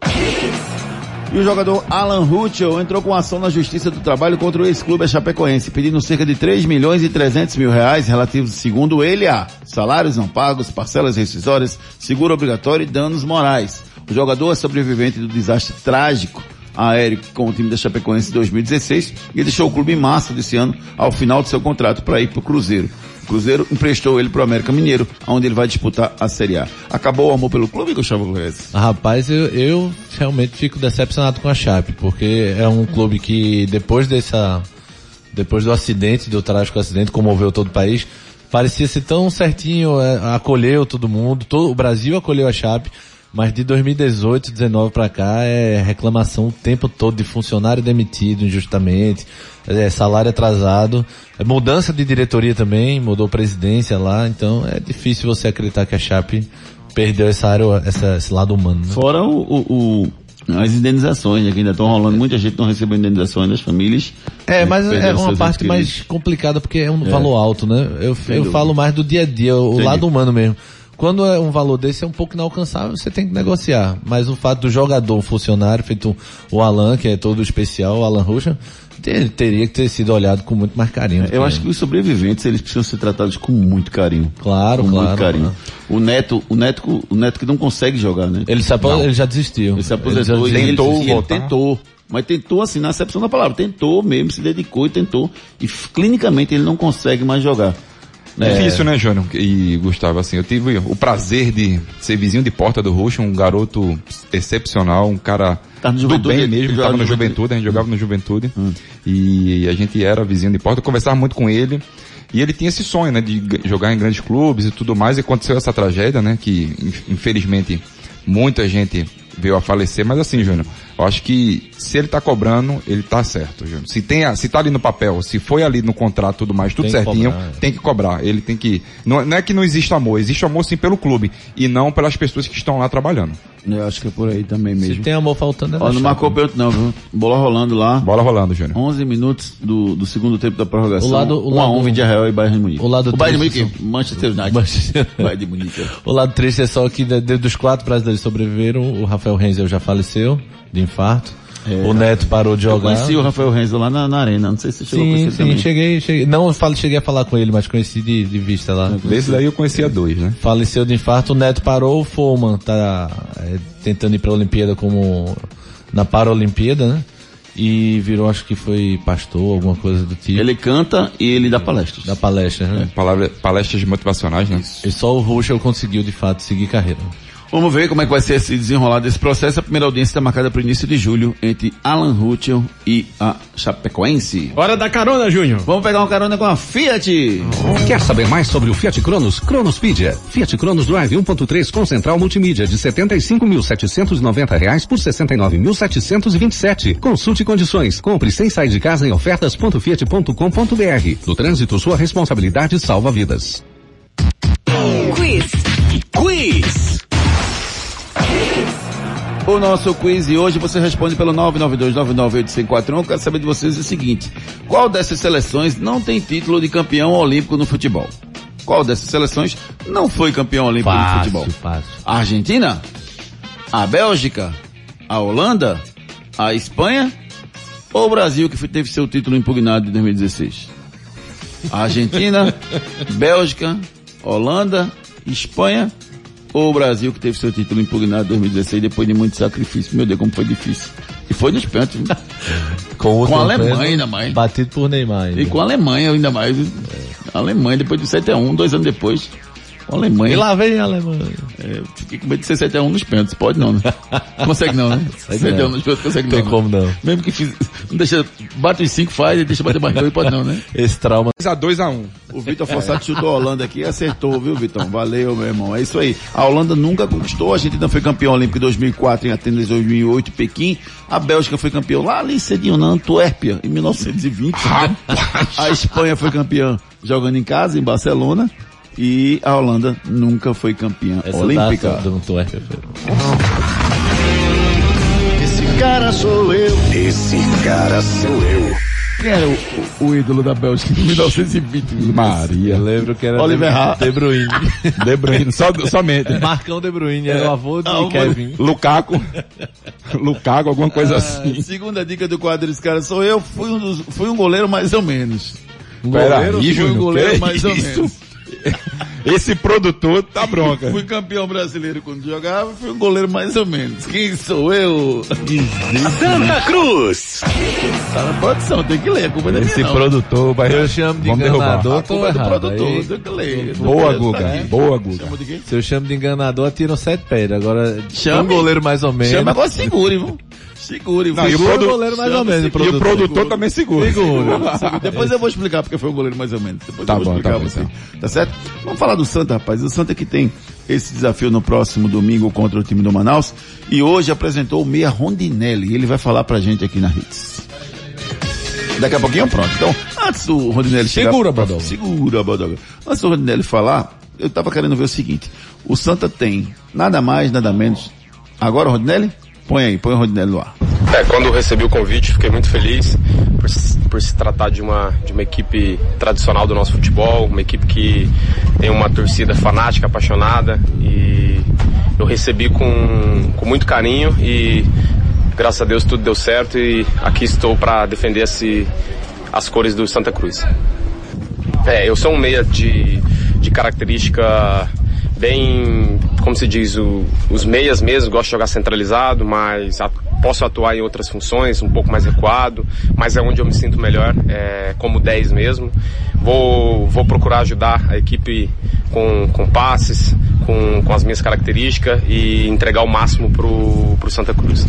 Speaker 6: E o jogador Alan Hutchel entrou com ação na Justiça do Trabalho contra o ex-clube Chapecoense, pedindo cerca de 3 milhões e 300 mil reais relativos, segundo ele, a salários não pagos, parcelas rescisórias, seguro obrigatório e danos morais. O jogador é sobrevivente do desastre trágico aéreo com o time da Chapecoense em 2016 e deixou o clube em massa desse ano ao final do seu contrato para ir para o Cruzeiro. O Cruzeiro emprestou ele para o América Mineiro, onde ele vai disputar a Série A. Acabou o amor pelo clube, Gustavo Gleves?
Speaker 8: Rapaz, eu, eu realmente fico decepcionado com a Chape, porque é um clube que depois dessa, depois do acidente, do trágico acidente, comoveu todo o país, parecia ser tão certinho, é, acolheu todo mundo, todo, o Brasil acolheu a Chape, mas de 2018, 19 para cá é reclamação o tempo todo de funcionário demitido injustamente, é, salário atrasado, é mudança de diretoria também, mudou presidência lá, então é difícil você acreditar que a Chape perdeu essa área, essa, esse lado humano. né?
Speaker 6: Fora o, o- o- as indenizações, né, que ainda estão rolando, muita gente não recebeu indenizações das famílias. Né,
Speaker 8: É, mas
Speaker 6: Perderam
Speaker 8: é uma
Speaker 6: seus
Speaker 8: parte
Speaker 6: entes
Speaker 8: mais complicada porque é um
Speaker 6: É.
Speaker 8: valor alto, né? Eu,
Speaker 6: Sem
Speaker 8: eu
Speaker 6: dúvida.
Speaker 8: falo mais do dia a dia, o
Speaker 6: Entendi.
Speaker 8: lado humano mesmo. Quando é um valor desse é um pouco inalcançável, você tem que negociar. Mas o fato do jogador, funcionário, feito o Alan, que é todo especial, o Alan Rocha, ter- teria que ter sido olhado com muito mais carinho.
Speaker 6: É, Eu acho que os sobreviventes eles precisam ser tratados com muito carinho. Claro, com Muito
Speaker 8: claro,
Speaker 6: carinho. O neto, o neto, o neto que não consegue jogar, né?
Speaker 8: Ele se apo- ele já desistiu.
Speaker 6: Ele se aposentou.
Speaker 8: Ele
Speaker 6: Ele
Speaker 8: já
Speaker 6: tentou,
Speaker 8: tentou
Speaker 6: ele,
Speaker 8: voltar.
Speaker 6: tentou, mas tentou assim na acepção da palavra, tentou mesmo, se dedicou e tentou. E f- clinicamente ele não consegue mais jogar.
Speaker 7: É. Difícil, né, Júnior? E Gustavo, assim, eu tive o prazer de ser vizinho de porta do Roxo, um garoto excepcional, um cara
Speaker 6: no
Speaker 7: do
Speaker 6: Juventude,
Speaker 7: bem
Speaker 6: ele
Speaker 7: mesmo,
Speaker 6: jogava
Speaker 7: tava no
Speaker 6: no Juventude.
Speaker 7: Juventude, a gente jogava no Juventude, e a gente era vizinho de porta, eu conversava muito com ele, e ele tinha esse sonho, né, de g- jogar em grandes clubes e tudo mais, e aconteceu essa tragédia, né, que in- infelizmente muita gente veio a falecer, mas assim, Júnior, eu acho que se ele tá cobrando, ele tá certo, Júnior. Se tem, a- se tá ali no papel, se foi ali no contrato e tudo mais, tudo
Speaker 8: Tem que
Speaker 7: certinho,
Speaker 8: cobrar, é.
Speaker 7: tem que cobrar. Ele tem que. Não, não é que não existe amor, existe amor sim pelo clube e não pelas pessoas que estão lá trabalhando.
Speaker 6: Eu acho que é por aí também mesmo.
Speaker 8: Tem amor faltando. é
Speaker 6: Ó,
Speaker 8: na
Speaker 6: não
Speaker 8: Chape.
Speaker 6: marcou pênalti não, viu? Bola rolando lá.
Speaker 7: Bola rolando, Júnior.
Speaker 6: 11 minutos do, do segundo tempo da prorrogação.
Speaker 8: O lado- o
Speaker 6: 1 a 1
Speaker 8: lado-
Speaker 6: Vídea Real e Bayern de Munique.
Speaker 8: o lado
Speaker 6: o Bayern de
Speaker 8: triste
Speaker 6: Munique, Manchester United. Bayern de Munique.
Speaker 8: O lado triste é só que de- de- dos quatro brasileiros que sobreviveram, o Rafael Renzel já faleceu de infarto. o Neto parou de
Speaker 6: É. Eu
Speaker 8: jogar.
Speaker 6: conheci o Rafael Renzo lá na, na arena, não sei se você chegou a
Speaker 8: Sim,
Speaker 6: conhecer
Speaker 8: sim,
Speaker 6: também.
Speaker 8: cheguei, cheguei. Não falo, cheguei a falar com ele, mas conheci de, de vista lá.
Speaker 6: Uhum.
Speaker 7: Desse daí eu conhecia dois, né?
Speaker 8: Faleceu de infarto, o Neto parou, o Foman tá é, tentando ir pra Olimpíada como na Paralimpíada, né? E virou, acho que foi pastor, alguma coisa do tipo.
Speaker 6: Ele canta e ele dá palestras.
Speaker 8: Dá palestras, né?
Speaker 7: Palavra- palestras motivacionais, né?
Speaker 6: É.
Speaker 8: E só o Ruschel conseguiu, de fato, seguir carreira.
Speaker 6: Vamos ver como é que vai ser esse desenrolar desse processo. A primeira audiência está marcada para o início de julho entre Alan Hutchel e a Chapecoense.
Speaker 9: Hora da carona, Júnior.
Speaker 6: Vamos pegar uma carona com a Fiat.
Speaker 5: Quer saber mais sobre o Fiat Cronos? Cronospedia. Fiat Cronos Drive 1.3 com central multimídia de R$ 75.790 por R$ 69.727. Consulte condições. Compre sem sair de casa em ofertas.fiat.com.br. No trânsito, sua responsabilidade salva vidas.
Speaker 10: Quiz.
Speaker 6: Quiz. O nosso quiz e hoje você responde pelo 992998541. Eu Quero saber de vocês o seguinte: qual dessas seleções não tem título de campeão olímpico no futebol? Qual dessas seleções não foi campeão olímpico no
Speaker 8: Fácil,
Speaker 6: futebol?
Speaker 8: fácil.
Speaker 6: A Argentina? A Bélgica? A Holanda? A Espanha? Ou o Brasil que foi- teve seu título impugnado em 2016? A Argentina, Bélgica, Holanda, Espanha ou o Brasil que teve seu título impugnado em 2016 depois de muito sacrifício? Meu Deus, como foi difícil. E foi nos pênaltis. viu?
Speaker 8: Com,
Speaker 6: a Alemanha ainda mais.
Speaker 8: Batido por Neymar ainda.
Speaker 6: E com a Alemanha ainda mais. A Alemanha depois do 7x1, dois anos depois. Com a Alemanha.
Speaker 8: E lá vem a Alemanha.
Speaker 6: É, eu fiquei com medo de ser 7 a 1 nos pênaltis. Pode não, né? Consegue não, né? 7 a 1 nos pênaltis, consegue não.
Speaker 8: Tem
Speaker 6: né?
Speaker 8: como não.
Speaker 6: Mesmo que fiz, não deixa, bate os 5, faz, e deixa bater mais dois, pode não, né?
Speaker 8: Esse trauma.
Speaker 7: 2x1. Um.
Speaker 6: O Vitor Fossato chutou a Holanda aqui e acertou, viu, Vitor? Valeu, meu irmão. É isso aí. A Holanda nunca conquistou. A gente não foi campeão olímpico em 2004, em Atenas 2008, em Pequim. A Bélgica foi campeão lá ali cedinho, na Antuérpia, em 1920. A Espanha foi campeã jogando em casa, em Barcelona. E a Holanda nunca foi campeã
Speaker 8: Essa
Speaker 6: olímpica.
Speaker 8: data do Antwerp foi-
Speaker 1: Esse cara sou eu. Esse cara sou eu.
Speaker 6: Quem era o, o- o ídolo da Bélgica em 1920?
Speaker 7: Maria.
Speaker 8: Lembro que era
Speaker 6: Oliver Ra-
Speaker 8: De Bruyne.
Speaker 7: De Bruyne, só, somente.
Speaker 8: Marcão De Bruyne, era o avô de
Speaker 6: Ah, o
Speaker 8: Kevin.
Speaker 7: Lukaku. Lukaku, alguma
Speaker 6: Ah,
Speaker 7: coisa assim.
Speaker 6: Segunda dica do quadro, esse cara sou eu. Fui um, dos- fui um goleiro mais ou menos.
Speaker 7: Pera
Speaker 6: Goleiro,
Speaker 7: aí,
Speaker 6: fui um
Speaker 7: Júnior.
Speaker 6: goleiro
Speaker 7: que
Speaker 6: mais ou
Speaker 7: isso?
Speaker 6: menos.
Speaker 7: Esse produtor tá bronca.
Speaker 6: Fui campeão brasileiro quando jogava, fui um goleiro mais ou menos. Quem sou eu?
Speaker 1: Santa Cruz.
Speaker 6: Tá na produção, tem que ler, a culpa não é
Speaker 7: Esse
Speaker 6: minha, não.
Speaker 7: produtor, vai.
Speaker 8: Eu chamo de
Speaker 7: Vamos derrubar.
Speaker 8: enganador,
Speaker 6: A
Speaker 8: tô
Speaker 6: culpa é do
Speaker 8: Ah, errado.
Speaker 6: produtor,
Speaker 8: Aí,
Speaker 6: tem que ler.
Speaker 7: Boa,
Speaker 6: Tá
Speaker 7: Guga.
Speaker 6: aqui.
Speaker 7: Boa, Guga.
Speaker 6: Chama de quem?
Speaker 8: se eu chamo de enganador, atiram sete pedras. Agora,
Speaker 6: Chame.
Speaker 8: um goleiro mais ou menos.
Speaker 6: Chama agora, segure, viu? Segure,
Speaker 7: Não, e o
Speaker 6: viu?
Speaker 7: produ-
Speaker 8: goleiro mais ou
Speaker 6: Chama,
Speaker 8: menos,
Speaker 6: segura.
Speaker 7: E o produtor também segura.
Speaker 6: Depois eu vou explicar porque foi um goleiro mais ou menos. Depois
Speaker 7: Tá
Speaker 6: eu vou
Speaker 7: bom, tá
Speaker 6: explicar
Speaker 7: bom,
Speaker 6: você. Tá certo? Vamos falar do Santa, rapaz. O Santa que tem esse desafio no próximo domingo contra o time do Manaus. E hoje apresentou o Meia Rondinelli. E ele vai falar pra gente aqui na Hits. Daqui a pouquinho pronto. Então, antes do Rondinelli chegar...
Speaker 8: Segura, Bodoga.
Speaker 6: Segura, Bodoga. Antes do Rondinelli falar, eu tava querendo ver o seguinte. O Santa tem nada mais, nada menos... Agora, Rondinelli? Põe aí, põe o Rondinelli no ar.
Speaker 11: É, quando eu recebi o convite, fiquei muito feliz por, se- por se tratar de uma, de uma equipe tradicional do nosso futebol, uma equipe que tem uma torcida fanática, apaixonada, e eu recebi com, com muito carinho e graças a Deus tudo deu certo e aqui estou para defender esse, as cores do Santa Cruz. É, eu sou um meia de, de característica bem, como se diz, o- os meias mesmo, gosto de jogar centralizado, mas a- posso atuar em outras funções, um pouco mais recuado, mas é onde eu me sinto melhor, é, como 10 mesmo. Vou, vou procurar ajudar a equipe com, com passes, com, com as minhas características e entregar o máximo pro, pro Santa Cruz.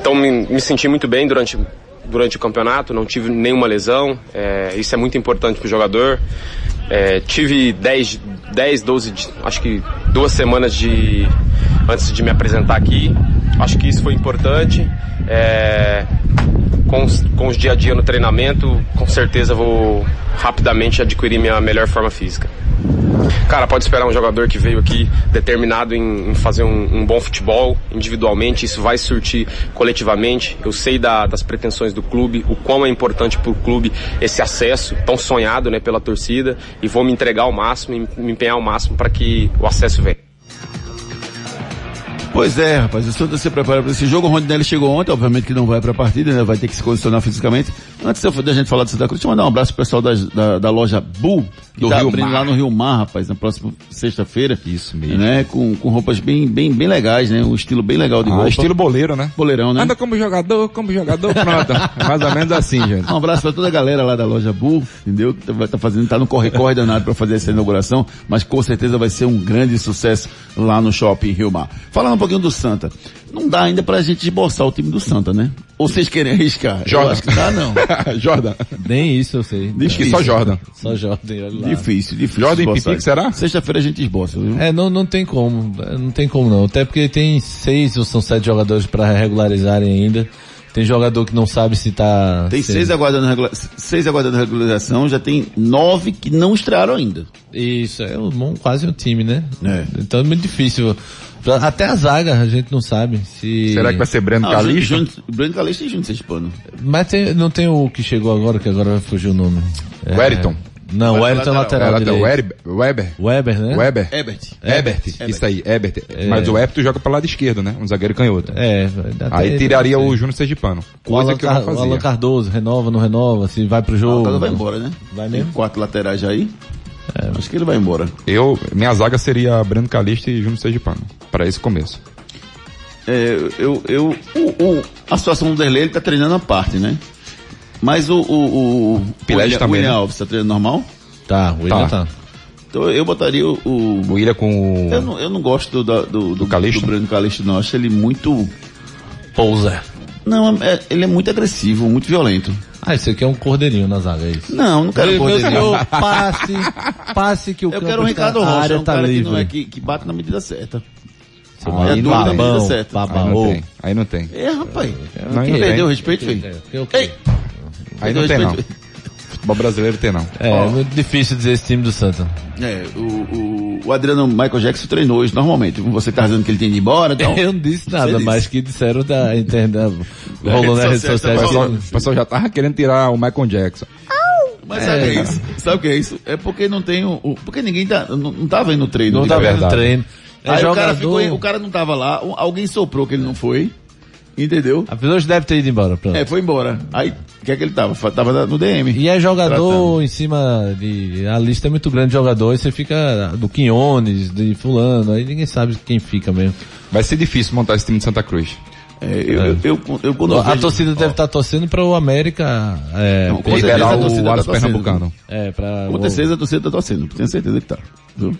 Speaker 11: Então me, me senti muito bem durante, durante o campeonato, não tive nenhuma lesão. é, isso é muito importante para o jogador. É, tive 10, 10, 12, de- acho que duas semanas de antes de me apresentar aqui. Acho que isso foi importante. É, com, os, com os dia a dia no treinamento, com certeza vou rapidamente adquirir minha melhor forma física. Cara, pode esperar um jogador que veio aqui determinado em, em fazer um, um bom futebol individualmente, isso vai surtir coletivamente. Eu sei da- das pretensões do clube, o quão é importante para o clube esse acesso tão sonhado né, pela torcida e vou me entregar ao máximo e me- me empenhar ao máximo para que o acesso venha.
Speaker 6: Pois é, rapaz, o Santa se prepara para esse jogo. O Rondinelli chegou ontem, obviamente que não vai para a partida, né? vai ter que se condicionar fisicamente. Antes da- da gente falar do Santa Cruz, deixa eu mandar um abraço pro pessoal das- da, da, loja Bull, que
Speaker 7: Do
Speaker 6: tá
Speaker 7: Rio
Speaker 6: abrindo
Speaker 7: Mar.
Speaker 6: lá no Rio Mar, rapaz, na próxima sexta-feira.
Speaker 7: Isso mesmo.
Speaker 6: Né? Com, com roupas bem, bem, bem legais, né? Um estilo bem legal de
Speaker 7: Ah,
Speaker 6: roupa.
Speaker 7: estilo boleiro, né?
Speaker 6: boleirão, né?
Speaker 7: Anda como jogador, como jogador, pronto. É mais ou menos assim, gente.
Speaker 6: Um abraço pra toda a galera lá da loja Bull, entendeu? Que tá, tá fazendo, tá no corre-corre danado pra fazer essa inauguração, mas com certeza vai ser um grande sucesso lá no Shopping Rio Mar. Falando um pouquinho do Santa, não dá ainda pra gente esboçar o time do Santa, né? Ou vocês querem arriscar? Eu
Speaker 7: Jordan.
Speaker 6: acho que dá não.
Speaker 7: Jordan.
Speaker 8: Nem isso eu sei.
Speaker 7: Acho que só Jordan.
Speaker 8: Só Jordan, olha lá.
Speaker 6: Difícil, difícil.
Speaker 7: Jordan e
Speaker 6: esboçar.
Speaker 7: Pipico, será?
Speaker 6: Sexta-feira a gente esboça, viu?
Speaker 8: É, não, não tem como. É, Não tem como não. Até porque tem seis ou são sete jogadores para regularizarem ainda. Tem jogador que não sabe se tá...
Speaker 6: Tem
Speaker 8: se-
Speaker 6: seis aguardando, regula- seis aguardando regularização, já tem nove que não estrearam ainda.
Speaker 8: Isso, é um, um- quase um time, né?
Speaker 6: É.
Speaker 8: Então é muito difícil. Pra- Até a zaga a gente não sabe se...
Speaker 7: Será que vai ser Breno
Speaker 6: Ah,
Speaker 7: Calixto?
Speaker 6: Júnior- Júnior- Breno Calixto e Júnior Sespano.
Speaker 8: Mas tem- não tem o que chegou agora, que agora vai fugir o nome. É,
Speaker 7: Wellington.
Speaker 8: Não, o Wellington é lateral,
Speaker 7: Era da
Speaker 8: direito.
Speaker 7: Werbe- Weber.
Speaker 8: Weber, né?
Speaker 7: Weber.
Speaker 6: Ebert.
Speaker 7: Ebert. Isso aí, Ebert. Mas o Ebert joga pro lado esquerdo, né? Um zagueiro canhoto.
Speaker 8: É, até-
Speaker 7: Aí tiraria o Júnior Sergipano.
Speaker 8: o
Speaker 7: Coisa
Speaker 8: Alan,
Speaker 7: que eu não
Speaker 8: Car- o Alan
Speaker 7: fazia.
Speaker 8: Cardoso, renova, não renova, se vai pro
Speaker 6: O
Speaker 8: jogo.
Speaker 6: Tata Ah, vai embora, né?
Speaker 8: Vai
Speaker 6: Tem
Speaker 8: mesmo? É.
Speaker 6: quatro laterais aí. Acho que ele vai embora.
Speaker 7: Eu, minha zaga seria Breno Calixto e Júnior Sergipano. Pra esse começo.
Speaker 6: É, eu, eu, o, o- a situação do Derlei, ele tá treinando a parte, né? Mas o, o, o,
Speaker 7: Pilete
Speaker 6: o William-
Speaker 7: também,
Speaker 6: William
Speaker 7: né?
Speaker 6: Alves tá treinando normal?
Speaker 8: Tá, o William
Speaker 7: Tá.
Speaker 8: tá.
Speaker 6: Então eu botaria o... o-
Speaker 7: O Willian com o...
Speaker 6: eu, não, eu não gosto do, do, do, do,
Speaker 7: Calixto?
Speaker 6: Bruno Calixto, não. Acho ele muito...
Speaker 8: Pousa.
Speaker 6: Não, é- ele é muito agressivo, muito violento.
Speaker 8: Ah, esse aqui é um cordeirinho na zaga, é isso.
Speaker 6: Não, não quero
Speaker 8: Meu
Speaker 6: poder.
Speaker 8: senhor, passe, passe que o
Speaker 6: um Eu
Speaker 8: é campo
Speaker 6: quero o
Speaker 8: está-
Speaker 6: Ricardo
Speaker 8: a
Speaker 6: Rocha,
Speaker 8: área
Speaker 6: é um
Speaker 8: tá
Speaker 6: cara que,
Speaker 8: livre.
Speaker 6: não é, que, que bate na medida certa.
Speaker 8: Seu
Speaker 6: é
Speaker 8: marido
Speaker 6: duro
Speaker 7: tá
Speaker 6: na
Speaker 7: né?
Speaker 6: medida
Speaker 8: babão,
Speaker 6: certa.
Speaker 7: Aí não
Speaker 8: babão.
Speaker 7: tem. Aí não tem.
Speaker 6: É, rapaz.
Speaker 7: Não, aí não
Speaker 6: perdeu o
Speaker 7: tem.
Speaker 6: respeito,
Speaker 8: É,
Speaker 6: filho?
Speaker 8: porque o quê?
Speaker 7: Aí não tem, não. Futebol brasileiro tem, não.
Speaker 8: É, é muito difícil dizer esse time do Santa.
Speaker 6: É, o, o, o Adriano Michael Jackson treinou hoje normalmente. Você tá dizendo que ele tem de ir embora e tal.
Speaker 8: Eu não disse nada,
Speaker 6: disse.
Speaker 8: mas que disseram da internet, rolou nas
Speaker 6: rede
Speaker 8: redes
Speaker 6: social, tá
Speaker 8: sociais.
Speaker 7: O pessoal,
Speaker 8: que-
Speaker 7: o pessoal já tava querendo tirar o Michael Jackson.
Speaker 6: Mas sabe o que é isso? Sabe o que é isso? É porque não tem o. o- porque ninguém tá. Não, não tá vendo o treino.
Speaker 8: Não
Speaker 6: de
Speaker 8: tá
Speaker 6: verdade.
Speaker 8: vendo
Speaker 7: verdade.
Speaker 8: treino. É
Speaker 6: Aí o
Speaker 8: jogador,
Speaker 6: um, cara ficou. O cara não tava lá, o- alguém soprou que ele não foi. Entendeu?
Speaker 8: A Veloso deve ter ido embora. Pronto.
Speaker 6: É, foi embora. Aí, o que é que ele tava? Fa- Tava no DM.
Speaker 8: E é jogador
Speaker 6: Tratando.
Speaker 8: em cima de. A lista é muito grande de jogadores, você fica do Quinones, de Fulano, aí ninguém sabe quem fica mesmo.
Speaker 7: Vai ser difícil montar esse time de Santa Cruz.
Speaker 6: É, eu, eu, quando eu
Speaker 8: a
Speaker 6: vejo-
Speaker 8: torcida deve estar torcendo para o América é,
Speaker 6: Não, com certeza
Speaker 8: liberar
Speaker 6: a torcida
Speaker 8: o
Speaker 6: tá
Speaker 8: Alas
Speaker 6: torcendo.
Speaker 8: Pernambucano. É, pra.
Speaker 6: Com certeza a torcida tá torcendo. Tenho certeza que tá. Viu?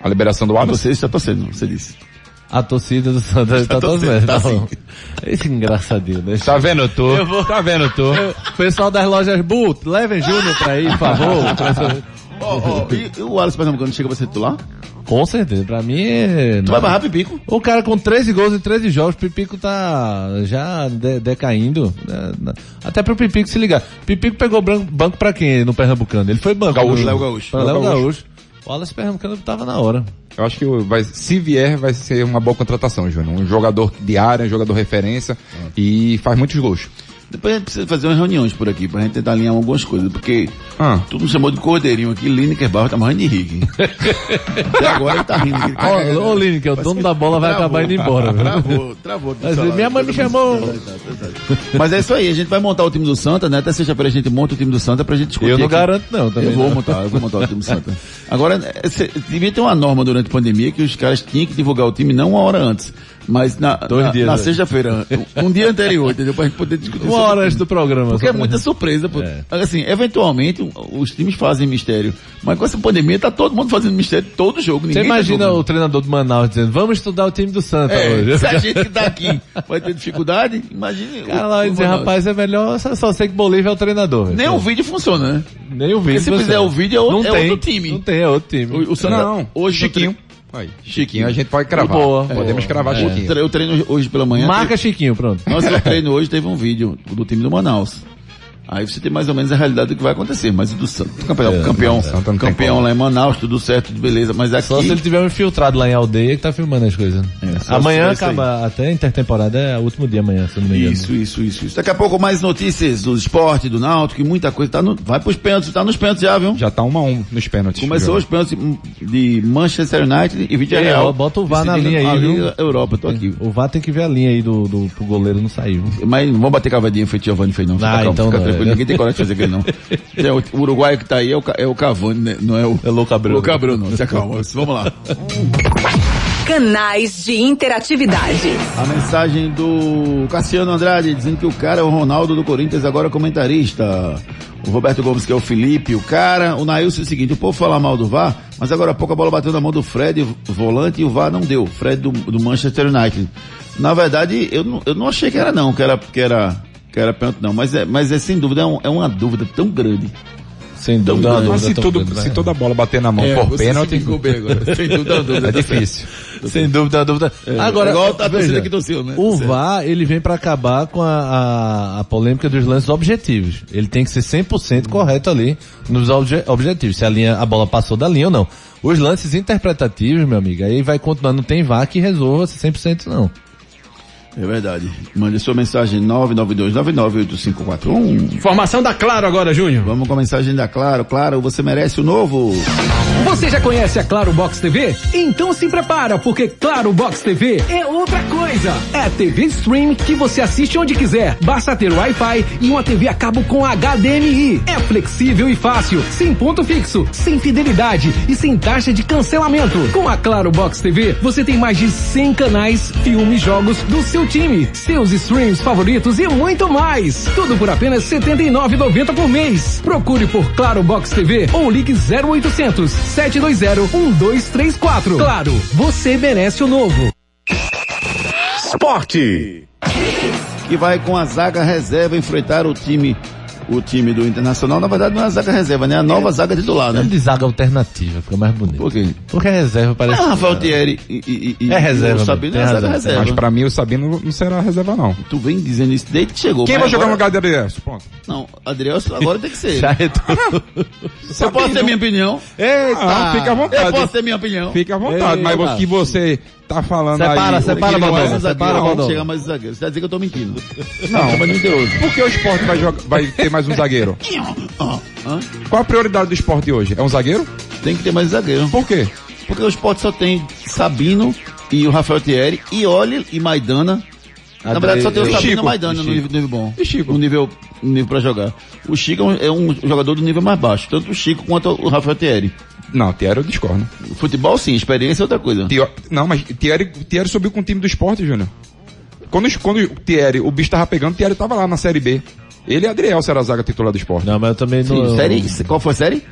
Speaker 7: A liberação do
Speaker 6: Alas? A torcida está torcendo, você disse.
Speaker 8: A torcida do Santa
Speaker 6: A
Speaker 8: está
Speaker 6: torcida
Speaker 8: torcendo.
Speaker 6: tá
Speaker 8: Tá
Speaker 6: assim.
Speaker 8: bom. Esse engraçadinho, né?
Speaker 12: Tá vendo tu?
Speaker 8: Eu vou-
Speaker 12: Tá vendo tu?
Speaker 8: Eu- Pessoal das lojas Boot, levem Júnior pra aí, por favor.
Speaker 6: Ó, ó, e, e o Alas Pernambucano chega pra ser titular?
Speaker 8: Com certeza, pra mim é...
Speaker 6: Tu vai barrar Pipico?
Speaker 8: O cara com 13 gols em 13 jogos, Pipico tá já de- decaindo. né? Até pro Pipico se ligar. Pipico pegou bran- banco pra quem no Pernambucano? Ele foi banco.
Speaker 7: Gaúcho,
Speaker 8: no-
Speaker 7: Léo Gaúcho.
Speaker 8: Pra Léo
Speaker 7: Léo Gaúcho.
Speaker 8: Gaúcho. O Alas Pernambucano tava na hora.
Speaker 7: Eu acho que o- vai, se vier, vai ser uma boa contratação, Júnior. Um jogador de área, um jogador referência e faz muitos gols.
Speaker 6: Depois a gente precisa fazer umas reuniões por aqui pra gente tentar alinhar algumas coisas, porque
Speaker 8: Ah.
Speaker 6: tu me chamou de cordeirinho aqui, Lineker Barro tá morrendo de rir. Até agora ele tá rindo. aquele cara-
Speaker 8: Ô, ô Lineker, o dono da bola vai acabar indo embora. viu?
Speaker 6: Travou, travou. do
Speaker 8: Mas
Speaker 6: salário.
Speaker 8: minha mãe me chamou.
Speaker 6: Mas é isso aí, a gente vai montar o time do Santa, né? Até sexta-feira a gente monta o time do Santa pra gente discutir.
Speaker 8: Eu não
Speaker 6: aqui.
Speaker 8: garanto não, também
Speaker 6: Eu vou
Speaker 8: não.
Speaker 6: montar, eu vou montar o time do Santa. Agora, eh, cê- devia ter uma norma durante a pandemia que os caras tinham que divulgar o time não uma hora antes, mas na,
Speaker 8: Dois
Speaker 6: na,
Speaker 8: dias
Speaker 6: na
Speaker 8: antes.
Speaker 6: sexta-feira, um um dia anterior, entendeu? Pra gente poder discutir. sobre
Speaker 8: Uma
Speaker 6: o
Speaker 8: hora
Speaker 6: time.
Speaker 8: antes do programa.
Speaker 6: Porque
Speaker 8: só
Speaker 6: é
Speaker 8: pra-
Speaker 6: muita surpresa, pô.
Speaker 8: É.
Speaker 6: Assim, eventualmente o- os times fazem mistério, mas com essa pandemia tá todo mundo fazendo mistério todo jogo.
Speaker 8: Você
Speaker 6: Ninguém
Speaker 8: imagina
Speaker 6: tá
Speaker 8: o treinador do Manaus dizendo, vamos estudar o time do Santa
Speaker 6: é,
Speaker 8: hoje.
Speaker 6: se a gente que tá aqui vai ter dificuldade, imagine.
Speaker 8: O cara lá vai dizer, rapaz, é melhor, só, só sei que Bolívia é o treinador. velho.
Speaker 6: Nem o vídeo funciona, né?
Speaker 8: Nem o
Speaker 6: Porque
Speaker 8: vídeo.
Speaker 6: se
Speaker 8: você-
Speaker 6: fizer o vídeo é, o-
Speaker 8: Não
Speaker 6: é
Speaker 8: tem.
Speaker 6: outro time.
Speaker 8: Não tem, é outro time.
Speaker 6: O, o Santa,
Speaker 7: Não,
Speaker 6: hoje
Speaker 7: Chiquinho.
Speaker 6: Aí,
Speaker 7: Chiquinho, a gente pode cravar.
Speaker 6: Boa.
Speaker 7: Podemos
Speaker 6: É.
Speaker 7: cravar
Speaker 6: É.
Speaker 7: Chiquinho.
Speaker 6: Tre- Eu treino hoje pela manhã.
Speaker 7: Marca
Speaker 8: Chiquinho, pronto.
Speaker 6: Nossa, eu treino hoje, teve um vídeo do time do Manaus. Aí você tem mais ou menos a realidade do que vai acontecer, mas o do Santos, do campeão,
Speaker 8: É,
Speaker 6: campeão,
Speaker 8: o Santa não tem
Speaker 6: campeão
Speaker 8: como.
Speaker 6: lá em Manaus, tudo certo, de beleza, mas aqui...
Speaker 8: Só se ele tiver um infiltrado lá em aldeia que tá filmando as coisas.
Speaker 6: É, só
Speaker 8: amanhã
Speaker 6: se tiver isso
Speaker 8: acaba, até a intertemporada é o último dia amanhã, se eu não me engano.
Speaker 6: Isso, isso, isso, isso. Daqui a pouco mais notícias do esporte, do Náutico e muita coisa. Tá no, vai pros pênaltis, tá nos pênaltis já, viu?
Speaker 7: Já tá 1 a 1 nos pênaltis.
Speaker 6: Começou
Speaker 7: João.
Speaker 6: os pênaltis de Manchester United e Vídeo
Speaker 8: Ei, É, ó,
Speaker 6: Real.
Speaker 8: bota o VAR na linha aí, viu?
Speaker 6: Europa, tô aqui.
Speaker 8: O VAR tem que ver a linha aí do, do pro goleiro não sair. viu?
Speaker 6: Mas não vamos bater cavadinha feito Giovanni fez não. Fica
Speaker 8: Ah,
Speaker 6: calmo,
Speaker 8: então
Speaker 6: fica
Speaker 8: não,
Speaker 6: tranquilo.
Speaker 8: é.
Speaker 6: Ninguém tem coragem de fazer aquele não. É, o- o uruguaio que tá aí é o, Ca- é o Cavani, né? não é o... É Loucabrão.
Speaker 8: né?
Speaker 6: Loucabrão, não. Se acalma. Vamos lá.
Speaker 10: Canais de interatividade.
Speaker 6: A mensagem do Cassiano Andrade dizendo que o cara é o Ronaldo do Corinthians, agora comentarista. O Roberto Gomes, que é o Felipe, o cara. O Nailson é o seguinte, o povo fala mal do VAR, mas agora há pouco a bola bateu na mão do Fred, volante, e o VAR não deu. Fred do, do Manchester United. Na verdade, eu não, eu não achei que era não, que era, que era, que era pênalti não, mas é, mas é sem dúvida, é, um- é uma dúvida tão grande.
Speaker 8: Sem
Speaker 7: dúvida, uma dúvida tão grande, né? toda bola bater na mão
Speaker 6: É,
Speaker 7: por
Speaker 6: você
Speaker 7: pênalti.
Speaker 6: se ligou bem agora. Sem dúvida, é uma dúvida.
Speaker 7: É difícil.
Speaker 8: Sem dúvida, é dúvida. Agora,
Speaker 6: igual tá a torcida
Speaker 8: veja,
Speaker 6: que torceu, né?
Speaker 8: O
Speaker 6: Certo.
Speaker 8: VAR, ele vem pra acabar com a, a, a polêmica dos lances objetivos. Ele tem que ser 100% correto ali nos obje- objetivos, se a linha, a bola passou da linha ou não. Os lances interpretativos, meu amigo, aí vai continuando, não tem VAR que resolva 100% não.
Speaker 6: É verdade. Mande sua mensagem 992998541.
Speaker 9: Formação da Claro agora, Júnior.
Speaker 6: Vamos com a mensagem da Claro. Claro, você merece o novo.
Speaker 3: Você já conhece a Claro Box TV? Então se prepara, porque Claro Box TV é outra coisa. É TV Stream que você assiste onde quiser. Basta ter Wi-Fi e uma TV a cabo com HDMI. É flexível e fácil, sem ponto fixo, sem fidelidade e sem taxa de cancelamento. Com a Claro Box TV, você tem mais de 100 canais, filmes, jogos do seu time, seus streams favoritos e muito mais. Tudo por apenas R$ 79,90 por mês. Procure por Claro Box TV ou ligue 0800 720 1234. Claro, você merece o novo.
Speaker 6: Esporte. Que vai com a zaga reserva enfrentar o time o time do Internacional. Na verdade, não é a zaga reserva, né? A nova zaga titular,
Speaker 7: É.
Speaker 6: né?
Speaker 8: Ele diz É zaga alternativa, fica mais bonito. Por
Speaker 6: quê?
Speaker 8: Porque a reserva parece...
Speaker 6: Ah, Rafael Thierry e, e- e-
Speaker 8: É
Speaker 6: e
Speaker 8: reserva,
Speaker 6: o Sabino
Speaker 8: tem
Speaker 6: é a zaga
Speaker 8: razão.
Speaker 6: reserva.
Speaker 7: Mas pra mim o Sabino não será reserva não.
Speaker 6: Tu vem dizendo isso desde que chegou.
Speaker 7: Quem vai
Speaker 6: mas
Speaker 7: jogar no
Speaker 6: agora-
Speaker 7: lugar de Adrielson? Pronto.
Speaker 6: Não, Adriel agora tem que ser.
Speaker 7: Já
Speaker 8: é
Speaker 6: Eu posso ter minha opinião?
Speaker 7: Eita,
Speaker 6: Ah,
Speaker 7: fica à vontade.
Speaker 6: Eu posso ter minha opinião?
Speaker 7: É Fica à vontade, mas o que você tá falando aí... o que não é
Speaker 6: Baldosa,
Speaker 7: zagueiro,
Speaker 6: separa,
Speaker 7: não,
Speaker 6: Baldosa. Chega mais zagueiro. Você vai dizer que eu tô mentindo.
Speaker 7: Não,
Speaker 6: mas mentiroso.
Speaker 7: Por que o esporte vai, jogar, vai ter mais um zagueiro? Qual a prioridade do esporte hoje? É um zagueiro?
Speaker 6: Tem que ter mais zagueiro.
Speaker 7: Por quê?
Speaker 6: Porque o esporte só tem Sabino e o Rafael Thierry e Oli e Maidana. Na verdade, só tem o Sabino Maidana
Speaker 7: Maidana
Speaker 6: no nível, nível bom. No nível, no nível pra jogar. O Chico é um, é um jogador do nível mais baixo, tanto o Chico quanto o Rafael Thierry.
Speaker 7: Não, Thierry eu discordo.
Speaker 6: Futebol sim, experiência é outra coisa.
Speaker 7: Não, mas Thierry, Thierry subiu com o time do esporte, Júnior. Quando, os- quando o Thierry, o bicho tava pegando, o Thierry tava lá na Série B. Ele e Adriel será a zaga titular do esporte.
Speaker 8: Não, mas eu também
Speaker 6: Sim, série, qual foi a série?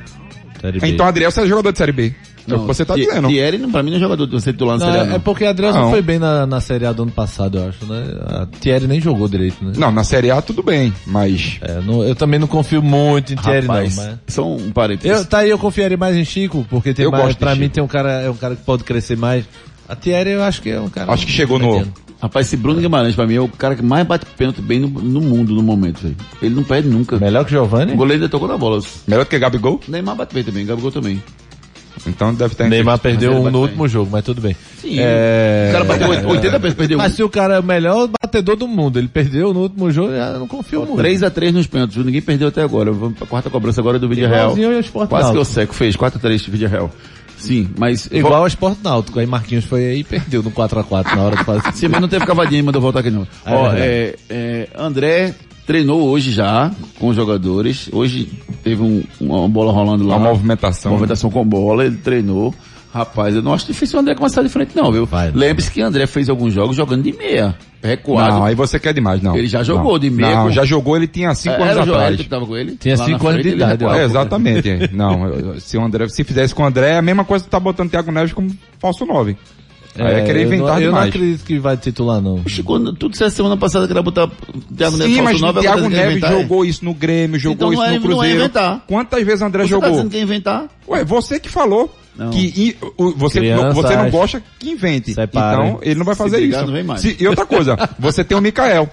Speaker 8: Série
Speaker 7: Então Adriel será jogador de Série B. É o que você tá
Speaker 6: Thi-
Speaker 7: dizendo.
Speaker 6: Thierry, não- pra mim, não é jogador do ser titular na
Speaker 8: Não,
Speaker 6: Série A.
Speaker 8: é
Speaker 6: não.
Speaker 8: porque a Adriel não
Speaker 7: Não.
Speaker 8: foi bem na, na Série A do ano passado, eu acho, né? A Thierry nem jogou direito, né?
Speaker 7: Não, na Série A tudo bem, mas...
Speaker 8: eu também não confio muito em Thierry,
Speaker 7: Rapaz,
Speaker 8: não. Mas...
Speaker 6: São um parênteses.
Speaker 8: Eu, tá aí, eu confiaria mais em Chico, porque tem
Speaker 7: Eu
Speaker 8: mais,
Speaker 7: gosto de
Speaker 8: pra mim
Speaker 7: Chico.
Speaker 8: tem um cara, é um cara que pode crescer mais. A Thierry eu acho que é um cara...
Speaker 7: Acho que chegou no...
Speaker 6: Rapaz, esse Bruno Guimarães, pra mim, é o cara que mais bate pênalti bem no, no mundo no momento, velho. Ele não perde nunca.
Speaker 8: Melhor que o Giovanni?
Speaker 6: O goleiro ainda tocou na bola.
Speaker 7: Melhor do que Gabigol?
Speaker 6: Neymar bate bem também, Gabigol também.
Speaker 7: Então deve ter...
Speaker 8: Neymar
Speaker 6: Mas
Speaker 8: perdeu
Speaker 6: ele
Speaker 8: um
Speaker 6: bate
Speaker 8: no
Speaker 6: bem.
Speaker 8: último jogo, mas tudo bem. É,
Speaker 6: Sim. O cara bateu oit- 80 vezes, perdeu um.
Speaker 8: Mas se o cara é o melhor batedor do mundo, ele perdeu no último jogo, eu não confio muito.
Speaker 6: 3x3 nos pênaltis, viu? ninguém perdeu até agora. Vamos pra quarta cobrança agora do vídeo real.
Speaker 8: Igualzinho ao Sport
Speaker 6: Quase que eu
Speaker 8: Náutico.
Speaker 6: seco, fez 4x3 vídeo real. Sim, mas.
Speaker 8: Igual ao Sport Náutico. Aí Marquinhos foi aí e perdeu no 4x4 na hora de fazer.
Speaker 6: Sim, mas não teve cavadinha e mandou voltar aqui não.
Speaker 8: É
Speaker 6: Ó, é,
Speaker 8: verdade.
Speaker 6: é, André treinou hoje já com os jogadores. Hoje teve um- uma bola rolando lá.
Speaker 7: Uma movimentação.
Speaker 6: Movimentação com bola, ele treinou. Rapaz, eu não acho difícil o André começar de frente não, viu? Lembre-se que o André fez alguns jogos jogando de meia. Recuado.
Speaker 7: Não, aí você quer demais, não.
Speaker 6: Ele já jogou
Speaker 7: Não.
Speaker 6: de meia
Speaker 7: Não,
Speaker 6: com-
Speaker 7: já jogou, ele tinha 5
Speaker 6: É, Era
Speaker 7: anos
Speaker 6: o Joelito
Speaker 7: atrás.
Speaker 6: que tava com ele?
Speaker 8: Tinha
Speaker 6: Lá na
Speaker 8: cinco anos
Speaker 6: frente,
Speaker 8: de
Speaker 6: ele
Speaker 8: idade, eu
Speaker 6: recuava.
Speaker 7: É, exatamente. não, eu- eu- se, o André, se fizesse com o André, é a mesma coisa que tá botando Thiago Neves como falso 9. Aí é, querer
Speaker 8: eu não,
Speaker 7: inventar
Speaker 8: eu não
Speaker 7: demais.
Speaker 8: acredito que vai titular, não.
Speaker 6: Quando tu dissesse semana passada que era botar o Thiago Neves
Speaker 7: Sim,
Speaker 6: falso
Speaker 7: mas
Speaker 6: nove, agora
Speaker 7: o Thiago
Speaker 6: tem que
Speaker 7: Neves
Speaker 6: inventar, é?
Speaker 7: jogou isso no Grêmio, jogou
Speaker 6: Então
Speaker 7: isso
Speaker 6: não é-
Speaker 7: no
Speaker 6: não é
Speaker 7: Cruzeiro.
Speaker 6: inventar.
Speaker 7: Quantas vezes o André
Speaker 6: Você tá
Speaker 7: jogou?
Speaker 6: dizendo que ia inventar?
Speaker 7: Ué, você que falou que i- o- você,
Speaker 8: Crianças,
Speaker 7: você não gosta que invente.
Speaker 8: separem.
Speaker 7: Então, ele não vai
Speaker 6: Se
Speaker 7: fazer
Speaker 6: brigar,
Speaker 7: isso.
Speaker 6: não vem mais.
Speaker 7: Se- e outra coisa, você tem o Mikael.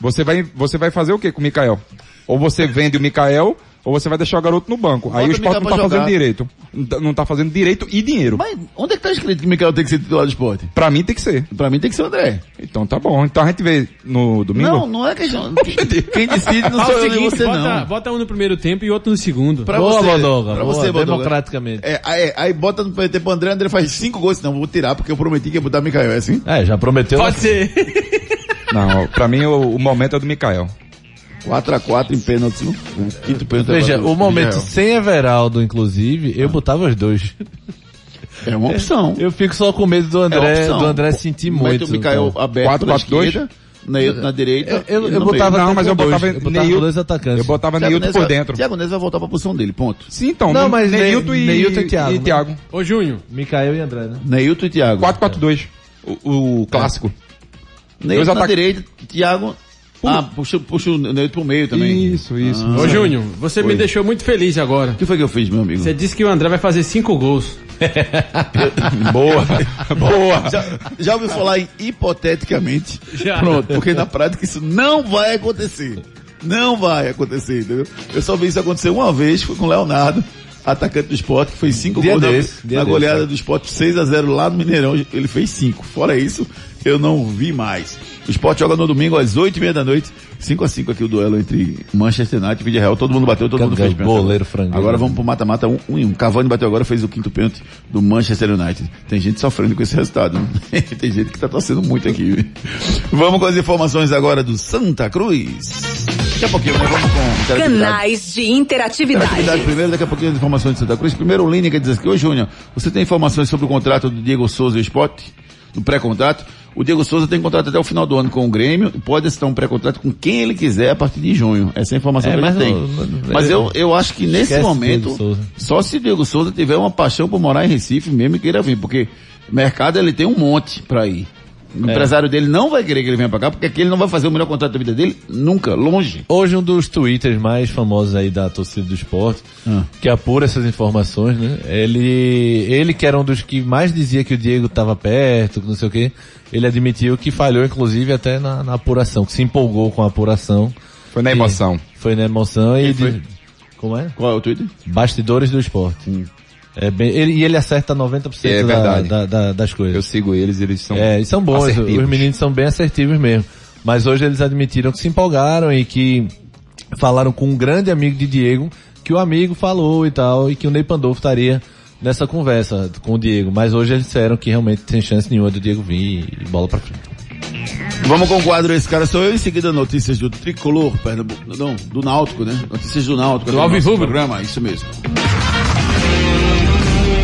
Speaker 7: Você vai, você vai fazer o que com o Mikael? Ou você vende o Mikael, ou você vai deixar o garoto no banco. Aí
Speaker 6: Bota
Speaker 7: o
Speaker 6: o
Speaker 7: esporte
Speaker 6: Mikael
Speaker 7: não tá
Speaker 6: pra
Speaker 7: fazendo
Speaker 6: jogar.
Speaker 7: direito. Não tá- Não tá fazendo direito e dinheiro.
Speaker 6: Mas onde é que tá escrito que o Mikael tem que ser titular do esporte?
Speaker 7: Pra mim tem que ser.
Speaker 6: Pra mim tem que ser o André.
Speaker 7: Então tá bom. Então a gente vê no domingo.
Speaker 6: Não, não é questão. Quem decide
Speaker 3: Ah,
Speaker 6: não
Speaker 9: Fala
Speaker 6: sou
Speaker 9: o
Speaker 6: eu nem
Speaker 9: seguinte,
Speaker 6: você,
Speaker 9: bota,
Speaker 6: não.
Speaker 9: bota um no primeiro tempo e outro no segundo.
Speaker 6: Pra
Speaker 8: boa,
Speaker 6: você,
Speaker 8: Bodoga.
Speaker 6: pra
Speaker 8: boa,
Speaker 6: você, Bodoga.
Speaker 8: democraticamente.
Speaker 6: É, aí, aí bota no PT pro André, André faz cinco gols. Não, vou tirar, porque eu prometi que ia botar o Mikael, é assim?
Speaker 8: É, já prometeu.
Speaker 9: Pode ser.
Speaker 7: Não, pra mim o, o momento é do Mikael.
Speaker 6: 4x4 em pênalti. O quinto pênalti
Speaker 8: né? Veja,
Speaker 6: agora do-
Speaker 8: o
Speaker 6: do
Speaker 8: momento
Speaker 6: Mikael.
Speaker 8: sem Everaldo, inclusive,
Speaker 7: Ah.
Speaker 8: eu botava os dois.
Speaker 6: É uma opção.
Speaker 8: Eu fico só com medo do
Speaker 6: é
Speaker 8: André,
Speaker 6: opção.
Speaker 8: do André sentir
Speaker 6: Mete
Speaker 8: muito.
Speaker 6: o Mikael
Speaker 8: então.
Speaker 6: aberto pela
Speaker 7: 4-4-2.
Speaker 6: esquerda, Neilton na direita.
Speaker 8: Eu,
Speaker 6: e
Speaker 8: eu
Speaker 6: no
Speaker 8: botava
Speaker 6: meio.
Speaker 7: Não,
Speaker 8: até
Speaker 7: mas
Speaker 8: com
Speaker 7: eu
Speaker 8: dois,
Speaker 7: botava
Speaker 8: eu botava
Speaker 7: Neil-
Speaker 8: dois atacantes.
Speaker 7: Eu botava
Speaker 6: Thiago
Speaker 7: Neilton
Speaker 6: Neves
Speaker 7: por
Speaker 6: vai-
Speaker 7: dentro.
Speaker 6: Thiago Neves vai voltar pra posição dele, ponto.
Speaker 7: Sim, então.
Speaker 8: Não, mas
Speaker 7: Neilton e,
Speaker 8: Neilton e Thiago,
Speaker 7: e
Speaker 8: né?
Speaker 7: Thiago.
Speaker 9: Ô, Júnior,
Speaker 8: Mikael e André, né?
Speaker 6: Neilton e Thiago.
Speaker 7: 4-4-2. O, o clássico.
Speaker 6: Neilton
Speaker 7: Dois
Speaker 6: na
Speaker 7: ataca-
Speaker 6: direita, Thiago... Ah, puxa, puxa o Neilton pro meio também.
Speaker 7: Isso, isso.
Speaker 9: ô, Júnior, você me deixou muito feliz agora.
Speaker 6: O que foi que eu fiz, meu amigo?
Speaker 9: Você disse que o André vai fazer cinco gols.
Speaker 7: Boa. Boa.
Speaker 6: Já, já ouviu falar em hipoteticamente?
Speaker 9: Já.
Speaker 6: Pronto, porque na prática isso não vai acontecer. Não vai acontecer, entendeu? Eu só vi isso acontecer uma vez, foi com o Leonardo, atacante do esporte, que fez cinco
Speaker 8: Dia
Speaker 6: gols na-
Speaker 8: desse, dia
Speaker 6: na,
Speaker 8: desse, é.
Speaker 6: goleada do esporte 6 a 0 lá no Mineirão. Ele fez cinco. Fora isso, eu não vi mais. O esporte joga no domingo às 8 e meia da noite. 5 a 5 aqui o duelo entre Manchester United e Vídeo Real. Todo mundo bateu, todo mundo fez pênalti.
Speaker 8: Goleiro frangueiro.
Speaker 6: Agora vamos pro mata-mata um, um em um. Cavani bateu agora, fez o quinto pênalti do Manchester United. Tem gente sofrendo com esse resultado. né? Tem gente que tá torcendo muito aqui. viu? Vamos com as informações agora do Santa Cruz. Daqui a pouquinho, né? Vamos com interatividade.
Speaker 10: Canais de
Speaker 8: Tá,
Speaker 10: interatividade.
Speaker 6: Interatividade primeiro, daqui a pouquinho as informações de Santa Cruz. Primeiro o Lineker diz aqui, assim, ô Júnior, você tem informações sobre o contrato do Diego Souza e o Sport? No pré-contrato? O Diego Souza tem contrato até o final do ano com o Grêmio e pode assinar um pré-contrato com quem ele quiser a partir de junho. Essa é a informação
Speaker 8: É,
Speaker 6: que ele
Speaker 8: mas
Speaker 6: tem.
Speaker 8: não- não-
Speaker 6: mas eu, eu acho que nesse
Speaker 8: Esquece
Speaker 6: momento,
Speaker 8: Diego Souza.
Speaker 6: só se o Diego Souza tiver uma paixão por morar em Recife mesmo e queira vir, porque mercado ele tem um monte pra ir. O
Speaker 8: É.
Speaker 6: empresário dele não vai querer que ele venha pra cá, porque aqui ele não vai fazer o melhor contrato da vida dele nunca, longe.
Speaker 8: Hoje um dos twitters mais famosos aí da torcida do esporte, que apura essas informações, né? Ele, ele que era um dos que mais dizia que o Diego estava perto, que não sei o quê, ele admitiu que falhou inclusive até na, na apuração, que se empolgou com a apuração,
Speaker 7: Foi na emoção.
Speaker 8: foi na emoção e...
Speaker 6: foi?
Speaker 8: diz- Como é?
Speaker 6: Qual é o Twitter?
Speaker 8: Bastidores do esporte. É bem, ele, e ele acerta 90%
Speaker 7: Hum. É
Speaker 8: da,
Speaker 7: verdade.
Speaker 8: da, da, das coisas.
Speaker 7: Eu sigo eles, eles são.
Speaker 8: É, e são bons,
Speaker 7: assertivos.
Speaker 8: os meninos são bem assertivos mesmo. Mas hoje eles admitiram que se empolgaram e que falaram com um grande amigo de Diego, que o amigo falou e tal, e que o Ney Pandolfo estaria nessa conversa com o Diego. Mas hoje eles disseram que realmente sem chance nenhuma do Diego vir e bola pra frente.
Speaker 2: Vamos com o quadro Esse Cara Sou Eu, em seguida notícias do Tricolor, Pernambuco, não, do Náutico, né? Notícias do
Speaker 13: Do
Speaker 2: Náutico. aqui no
Speaker 13: Alves
Speaker 2: nosso
Speaker 13: Rubro.
Speaker 2: programa, isso mesmo.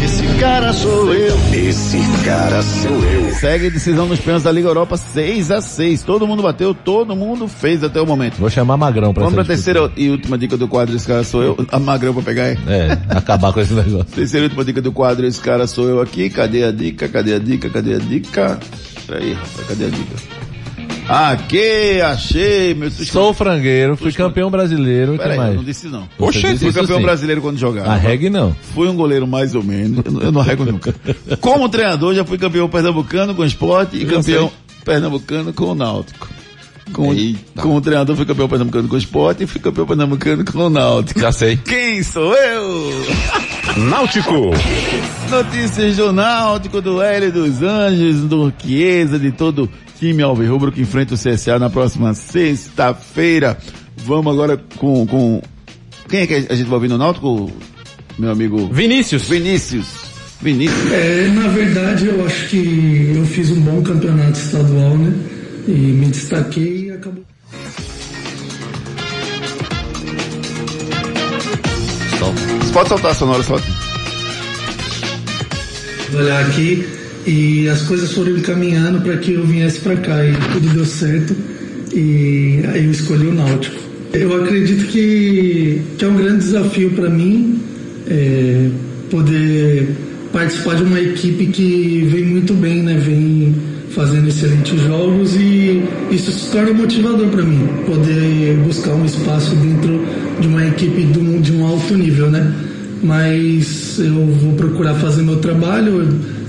Speaker 13: Esse cara sou eu.
Speaker 2: Esse cara sou eu. Segue decisão nos pênaltis da Liga Europa 6 a 6 Todo mundo bateu, todo mundo fez até o momento.
Speaker 8: Vou chamar Magrão pra
Speaker 2: Vamos pra
Speaker 8: essa disputa.
Speaker 2: terceira e última dica do quadro Esse Cara Sou Eu. A Magrão pra pegar, é?
Speaker 8: É, acabar com esse negócio.
Speaker 2: Terceira e última dica do quadro Esse Cara Sou Eu aqui. Cadê a dica? Cadê a dica? Cadê a dica? Peraí, rapaz, cadê a dica? Aqui, achei, meu...
Speaker 8: Sou frangueiro, fui campeão brasileiro e
Speaker 2: Peraí,
Speaker 8: mais.
Speaker 2: eu não disse não.
Speaker 8: Você disse
Speaker 2: fui
Speaker 8: isso
Speaker 2: campeão
Speaker 8: sim.
Speaker 2: brasileiro quando jogava.
Speaker 8: A regra não.
Speaker 2: Fui um goleiro mais ou menos. Eu não- Eu não arrego nunca. Como treinador, já fui campeão pernambucano com o esporte e
Speaker 8: Eu
Speaker 2: campeão
Speaker 8: sei.
Speaker 2: pernambucano com o Náutico. Com, como treinador, fui campeão pernambucano com o esporte e fui campeão pernambucano com o Náutico.
Speaker 7: Já sei.
Speaker 2: Quem sou eu? Náutico. Notícias do Náutico, do Hélio dos Anjos, do Chiesa, de todo o time alvirrubro que enfrenta o CSA na próxima sexta-feira. Vamos agora com, com... Quem é que a gente vai ouvir no Náutico, meu amigo?
Speaker 3: Vinícius.
Speaker 2: Vinícius. Vinícius.
Speaker 11: É, na verdade, eu acho que eu fiz um bom campeonato estadual, né? E me destaquei e acabou.
Speaker 2: Você pode soltar a sonora, solta.
Speaker 11: Olhar aqui e as coisas foram encaminhando para que eu viesse para cá e tudo deu certo e aí eu escolhi o Náutico. Eu acredito que, que é um grande desafio para mim é, poder participar de uma equipe que vem muito bem, né? Vem fazendo excelentes jogos e isso se torna motivador para mim, poder buscar um espaço dentro de uma equipe de um, de um alto nível, né? Mas eu vou procurar fazer meu trabalho.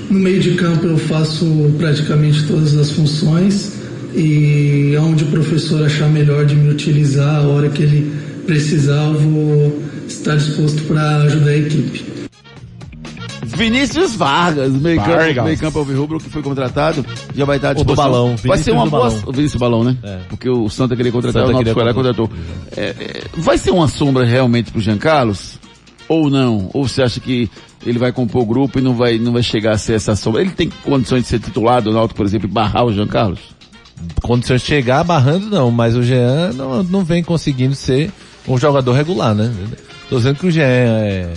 Speaker 11: No meio de campo eu faço praticamente todas as funções e onde o professor achar melhor de me utilizar, a hora que ele precisar, eu vou estar disposto para ajudar a equipe.
Speaker 2: Vinícius Vargas, meio campo,
Speaker 11: Vargas.
Speaker 2: meio campo Alvirrubro, que foi contratado, já vai estar à
Speaker 11: O do
Speaker 2: disposição.
Speaker 11: Balão,
Speaker 2: Vai ser
Speaker 11: Vinícius
Speaker 2: uma
Speaker 11: do
Speaker 2: boa...
Speaker 11: Balão. É.
Speaker 2: O Vinícius Balão, né? Porque o Santa queria contratar,
Speaker 11: Santa
Speaker 2: o Náutico
Speaker 11: queria
Speaker 2: foi lá e contratou. É, é, vai ser uma sombra realmente pro Jean Carlos? Ou não? Ou você acha que ele vai compor o grupo e não vai, não vai chegar a ser essa sombra? Ele tem condições de ser titular do Náutico, por exemplo, e barrar o Jean Carlos?
Speaker 8: Quando você chegar barrando, não, mas o Jean não, não vem conseguindo ser um jogador regular, né? Tô dizendo que o Jean é,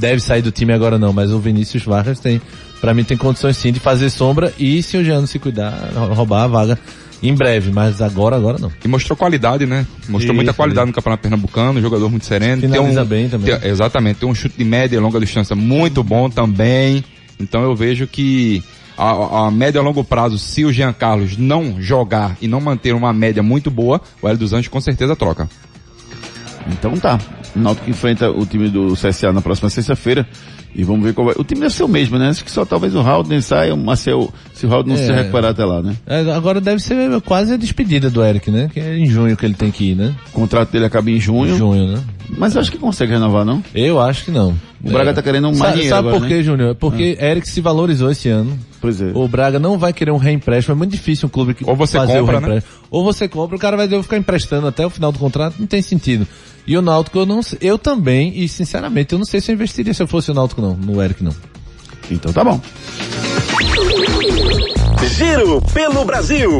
Speaker 8: deve sair do time agora não, mas o Vinícius Vargas tem, pra mim tem condições sim de fazer sombra e se o Jean não se cuidar, rou- roubar a vaga em breve, mas agora, agora não.
Speaker 7: E mostrou qualidade, né? Mostrou
Speaker 8: Isso,
Speaker 7: muita qualidade no Campeonato Pernambucano, jogador muito sereno.
Speaker 8: Finaliza
Speaker 7: tem um,
Speaker 8: bem também.
Speaker 7: tem- exatamente, tem um chute de média e longa distância muito bom também. Então eu vejo que a, a média a longo prazo, se o Jean Carlos não jogar e não manter uma média muito boa, o Hélio dos Anjos com certeza troca.
Speaker 2: Então tá. O Náutico enfrenta o time do CSA na próxima sexta-feira. E vamos ver qual vai. O time deve ser o mesmo, né? Acho que só talvez o Howden saia, mas se, o- se o Howden não
Speaker 8: É.
Speaker 2: se recuperar até lá, né?
Speaker 8: É, Agora deve ser quase a despedida do Eric, né? Que é em junho que ele tem que ir, né?
Speaker 2: O contrato dele acaba em junho.
Speaker 8: Junho, né?
Speaker 2: Mas eu acho que consegue renovar, não?
Speaker 8: Eu acho que não.
Speaker 2: O Braga tá querendo um
Speaker 8: Sabe-
Speaker 2: marinheiro
Speaker 8: É. Sabe
Speaker 2: agora,
Speaker 8: por quê,
Speaker 2: né?
Speaker 8: Júnior? É Porque Eric se valorizou esse ano.
Speaker 2: Pois é.
Speaker 8: O Braga não vai querer um reempréstimo. É muito difícil um clube que Ou
Speaker 7: você
Speaker 8: fazer
Speaker 7: compra,
Speaker 8: o reempréstimo. Ou você compra, o cara vai deve ficar emprestando até o final do contrato, não tem sentido. E o Náutico, eu não sei- eu também, e sinceramente, eu não sei se eu investiria se eu fosse o Náutico não, no Eric não.
Speaker 2: Então tá bom.
Speaker 14: Giro pelo Brasil.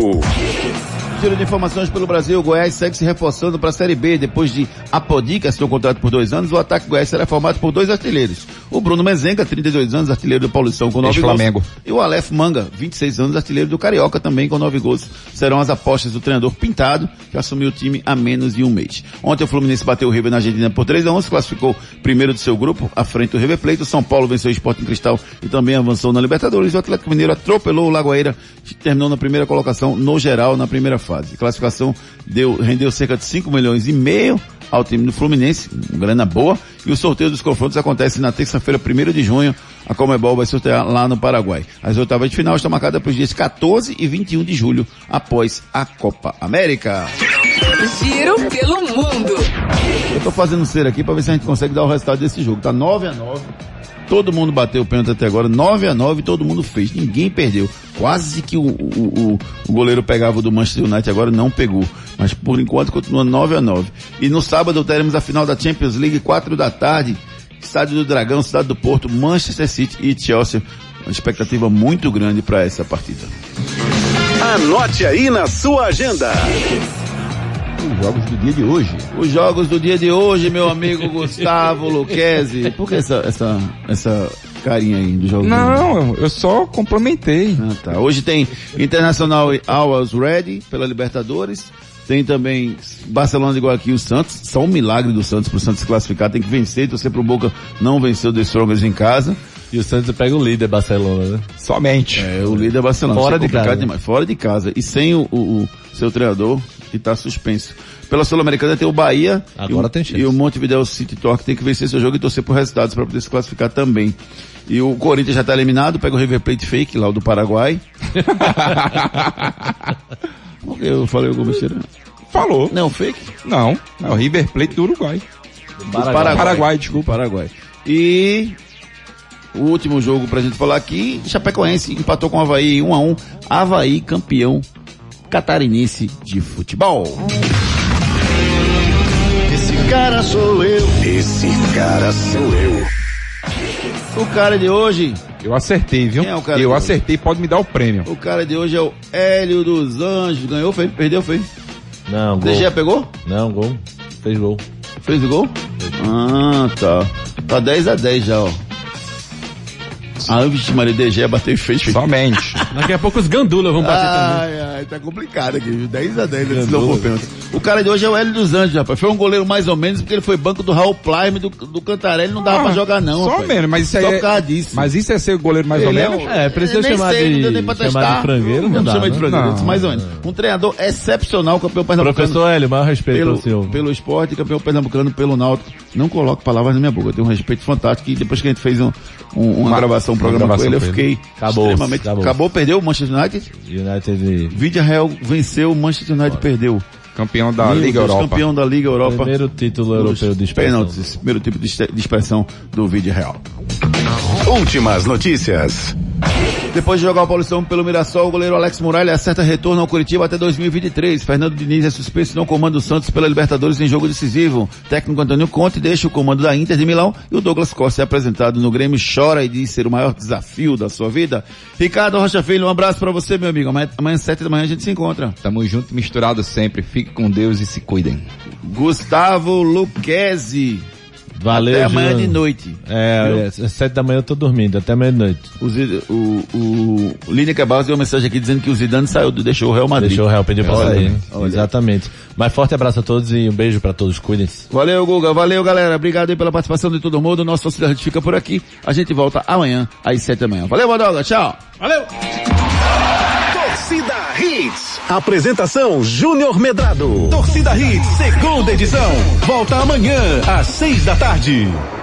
Speaker 2: Giro de informações pelo Brasil. O Goiás segue se reforçando para a Série B. Depois de Apodi, que assinou o contrato por dois anos, o ataque Goiás será formado por dois artilheiros. O Bruno Mezenga, 32 anos, artilheiro do Paulistão com nove gols.
Speaker 7: Ex-Flamengo.
Speaker 2: E o Aleph Manga, 26 anos, artilheiro do Carioca, também com nove gols. Serão as apostas do treinador Pintado, que assumiu o time há menos de um mês. Ontem o Fluminense bateu o River na Argentina por 3 a 1 se classificou primeiro do seu grupo, à frente do River Plate. O São Paulo venceu o Sporting Cristal e também avançou na Libertadores. O Atlético Mineiro atropelou o Lagoeira e terminou na primeira colocação no geral na primeira fase. A classificação deu, rendeu cerca de 5 milhões e meio ao time do Fluminense, uma grana boa, e o sorteio dos confrontos acontece na terça-feira, 1 de junho, a Comebol vai sortear lá no Paraguai. As oitavas de final estão marcadas para os dias 14 e 21 de julho, após a Copa América.
Speaker 10: Giro pelo mundo.
Speaker 2: Eu tô fazendo cera aqui para ver se a gente consegue dar o resultado desse jogo. Tá 9 a 9. Todo mundo bateu o pênalti até agora, 9 a 9 todo mundo fez, ninguém perdeu. Quase que o, o, o- o goleiro pegava o do Manchester United, agora não pegou. Mas por enquanto continua 9 a 9 E no sábado teremos a final da Champions League, 4 da tarde, Estádio do Dragão, Cidade do Porto, Manchester City e Chelsea. Uma expectativa muito grande para essa partida.
Speaker 15: Anote aí na sua agenda.
Speaker 2: Os jogos do dia de hoje. Os jogos do dia de hoje, meu amigo Gustavo Luquezzi. Por que essa, essa, essa carinha aí do jogo?
Speaker 7: Não, eu só complementei.
Speaker 2: Ah, tá. Hoje tem Internacional e Hours Ready pela Libertadores. Tem também Barcelona igual aqui o Santos. Só um milagre do Santos para o Santos se classificar. Tem que vencer, torcer pro Boca não venceu o The Strongers em casa.
Speaker 8: E o Santos pega o líder Barcelona, né?
Speaker 7: Somente.
Speaker 2: É, o líder Barcelona. Isso
Speaker 8: Fora
Speaker 2: é
Speaker 8: de
Speaker 2: complicado
Speaker 8: casa.
Speaker 2: demais. Fora de casa. E sem o, o- o seu treinador, que está suspenso. Pela Sul-Americana tem o Bahia.
Speaker 8: Agora
Speaker 2: e o,
Speaker 8: tem chance.
Speaker 2: E o Montevideo City Torque tem que vencer seu jogo e torcer por resultados para poder se classificar também. E o Corinthians já está eliminado, pega o River Plate fake lá o do Paraguai. Por que eu falei alguma besteira?
Speaker 7: Falou.
Speaker 2: Não, fake?
Speaker 7: Não, é o River Plate do Uruguai.
Speaker 2: Do Paraguai.
Speaker 7: Paraguai,
Speaker 2: desculpa. Paraguai. E o último jogo pra gente falar aqui, Chapecoense empatou com o Havaí em 1 a 1 Havaí campeão catarinense de futebol.
Speaker 16: Esse cara sou eu. Esse cara sou eu.
Speaker 2: O cara de hoje,
Speaker 7: Eu acertei, viu?
Speaker 2: Quem é o cara
Speaker 7: eu
Speaker 2: que-
Speaker 7: acertei, pode me dar o prêmio.
Speaker 2: o cara de hoje é o Hélio dos Anjos. Ganhou, foi? Perdeu, foi?
Speaker 8: Não, gol.
Speaker 2: DG pegou?
Speaker 8: Não, gol. Fez gol.
Speaker 2: Fez o gol? Ah, tá. Tá 10 a 10 já, ó. A Vixe Maria DG bateu e fez.
Speaker 7: Somente.
Speaker 3: Daqui a pouco os gandulas vão bater
Speaker 2: Ai,
Speaker 3: também.
Speaker 2: ai, tá complicado aqui, viu? 10 a 10,
Speaker 7: É
Speaker 2: né? Se não for pênalti. O cara de hoje é o Hélio dos Anjos, rapaz. Foi um goleiro mais ou menos, porque ele foi banco do Raul Plaime, do, do Cantarelli, não dava
Speaker 7: Ah,
Speaker 2: pra jogar não,
Speaker 7: Só
Speaker 2: rapaz.
Speaker 7: menos, mas isso aí.
Speaker 2: Só
Speaker 7: é-
Speaker 2: por causa disso.
Speaker 7: Mas isso é ser goleiro mais
Speaker 2: Ele
Speaker 7: ou menos?
Speaker 2: um- eu nem sei, não deu nem pra testar. Eu não, né? chamo ele de frangueiro, eu disse mais ou menos. Um treinador excepcional, campeão pernambucano.
Speaker 8: Professor Hélio, maior respeito
Speaker 2: pelo,
Speaker 8: ao senhor.
Speaker 2: pelo esporte, campeão pernambucano, pelo Náutico. Não coloco palavras na minha boca, eu tenho um respeito fantástico. E depois que a gente fez um- um- uma,
Speaker 8: Uma-
Speaker 2: gravação, um
Speaker 8: uma
Speaker 2: programa
Speaker 8: gravação
Speaker 2: com ele, eu
Speaker 8: com ele.
Speaker 2: fiquei
Speaker 8: Acabou,
Speaker 2: extremamente...
Speaker 8: acabou.
Speaker 2: acabou, perdeu o Manchester United?
Speaker 8: United.
Speaker 2: Vidia Real venceu, Manchester United perdeu.
Speaker 7: Campeão da
Speaker 2: Meu
Speaker 7: Liga
Speaker 2: Deus,
Speaker 7: Europa.
Speaker 2: Campeão da Liga Europa.
Speaker 8: Primeiro título europeu de expressão.
Speaker 2: Pênaltis, esse primeiro tipo de exte- de expressão do vídeo real.
Speaker 16: Últimas notícias.
Speaker 2: Depois de jogar o Paulistão pelo Mirassol, o goleiro Alex Muralha acerta retorno ao Curitiba até 2023. Fernando Diniz é suspenso e não comanda o Santos pela Libertadores em jogo decisivo. Técnico Antônio Conte deixa o comando da Inter de Milão e o Douglas Costa é apresentado no Grêmio chora e diz ser o maior desafio da sua vida. Ricardo Rocha Filho, um abraço pra você, meu amigo. Amanhã, amanhã às sete da manhã a gente se encontra.
Speaker 7: Tamo junto, e misturado sempre. Fique com Deus e se cuidem.
Speaker 2: Gustavo Luquezzi.
Speaker 8: Valeu,
Speaker 2: Até amanhã
Speaker 8: Juliano.
Speaker 2: de noite.
Speaker 8: É, é, sete da manhã eu tô dormindo, até meia-noite.
Speaker 2: O, Zid- o, o Lina Quebaz deu uma mensagem aqui dizendo que o Zidane saiu, do- deixou o Real Madrid.
Speaker 8: Deixou o réu pedir pra
Speaker 2: Olha
Speaker 8: sair.
Speaker 2: aí, olha aí.
Speaker 8: Exatamente. Mas forte abraço a todos e um beijo pra todos. Cuidem-se.
Speaker 2: Valeu, Guga. Valeu, galera. Obrigado aí pela participação de todo mundo. Nossa sociedade fica por aqui. A gente volta amanhã às sete da manhã. Valeu, Bodoga. Tchau.
Speaker 15: Valeu! Torcida Hits. Apresentação Júnior Medrado. Torcida Hits, segunda edição. Volta amanhã às seis da tarde.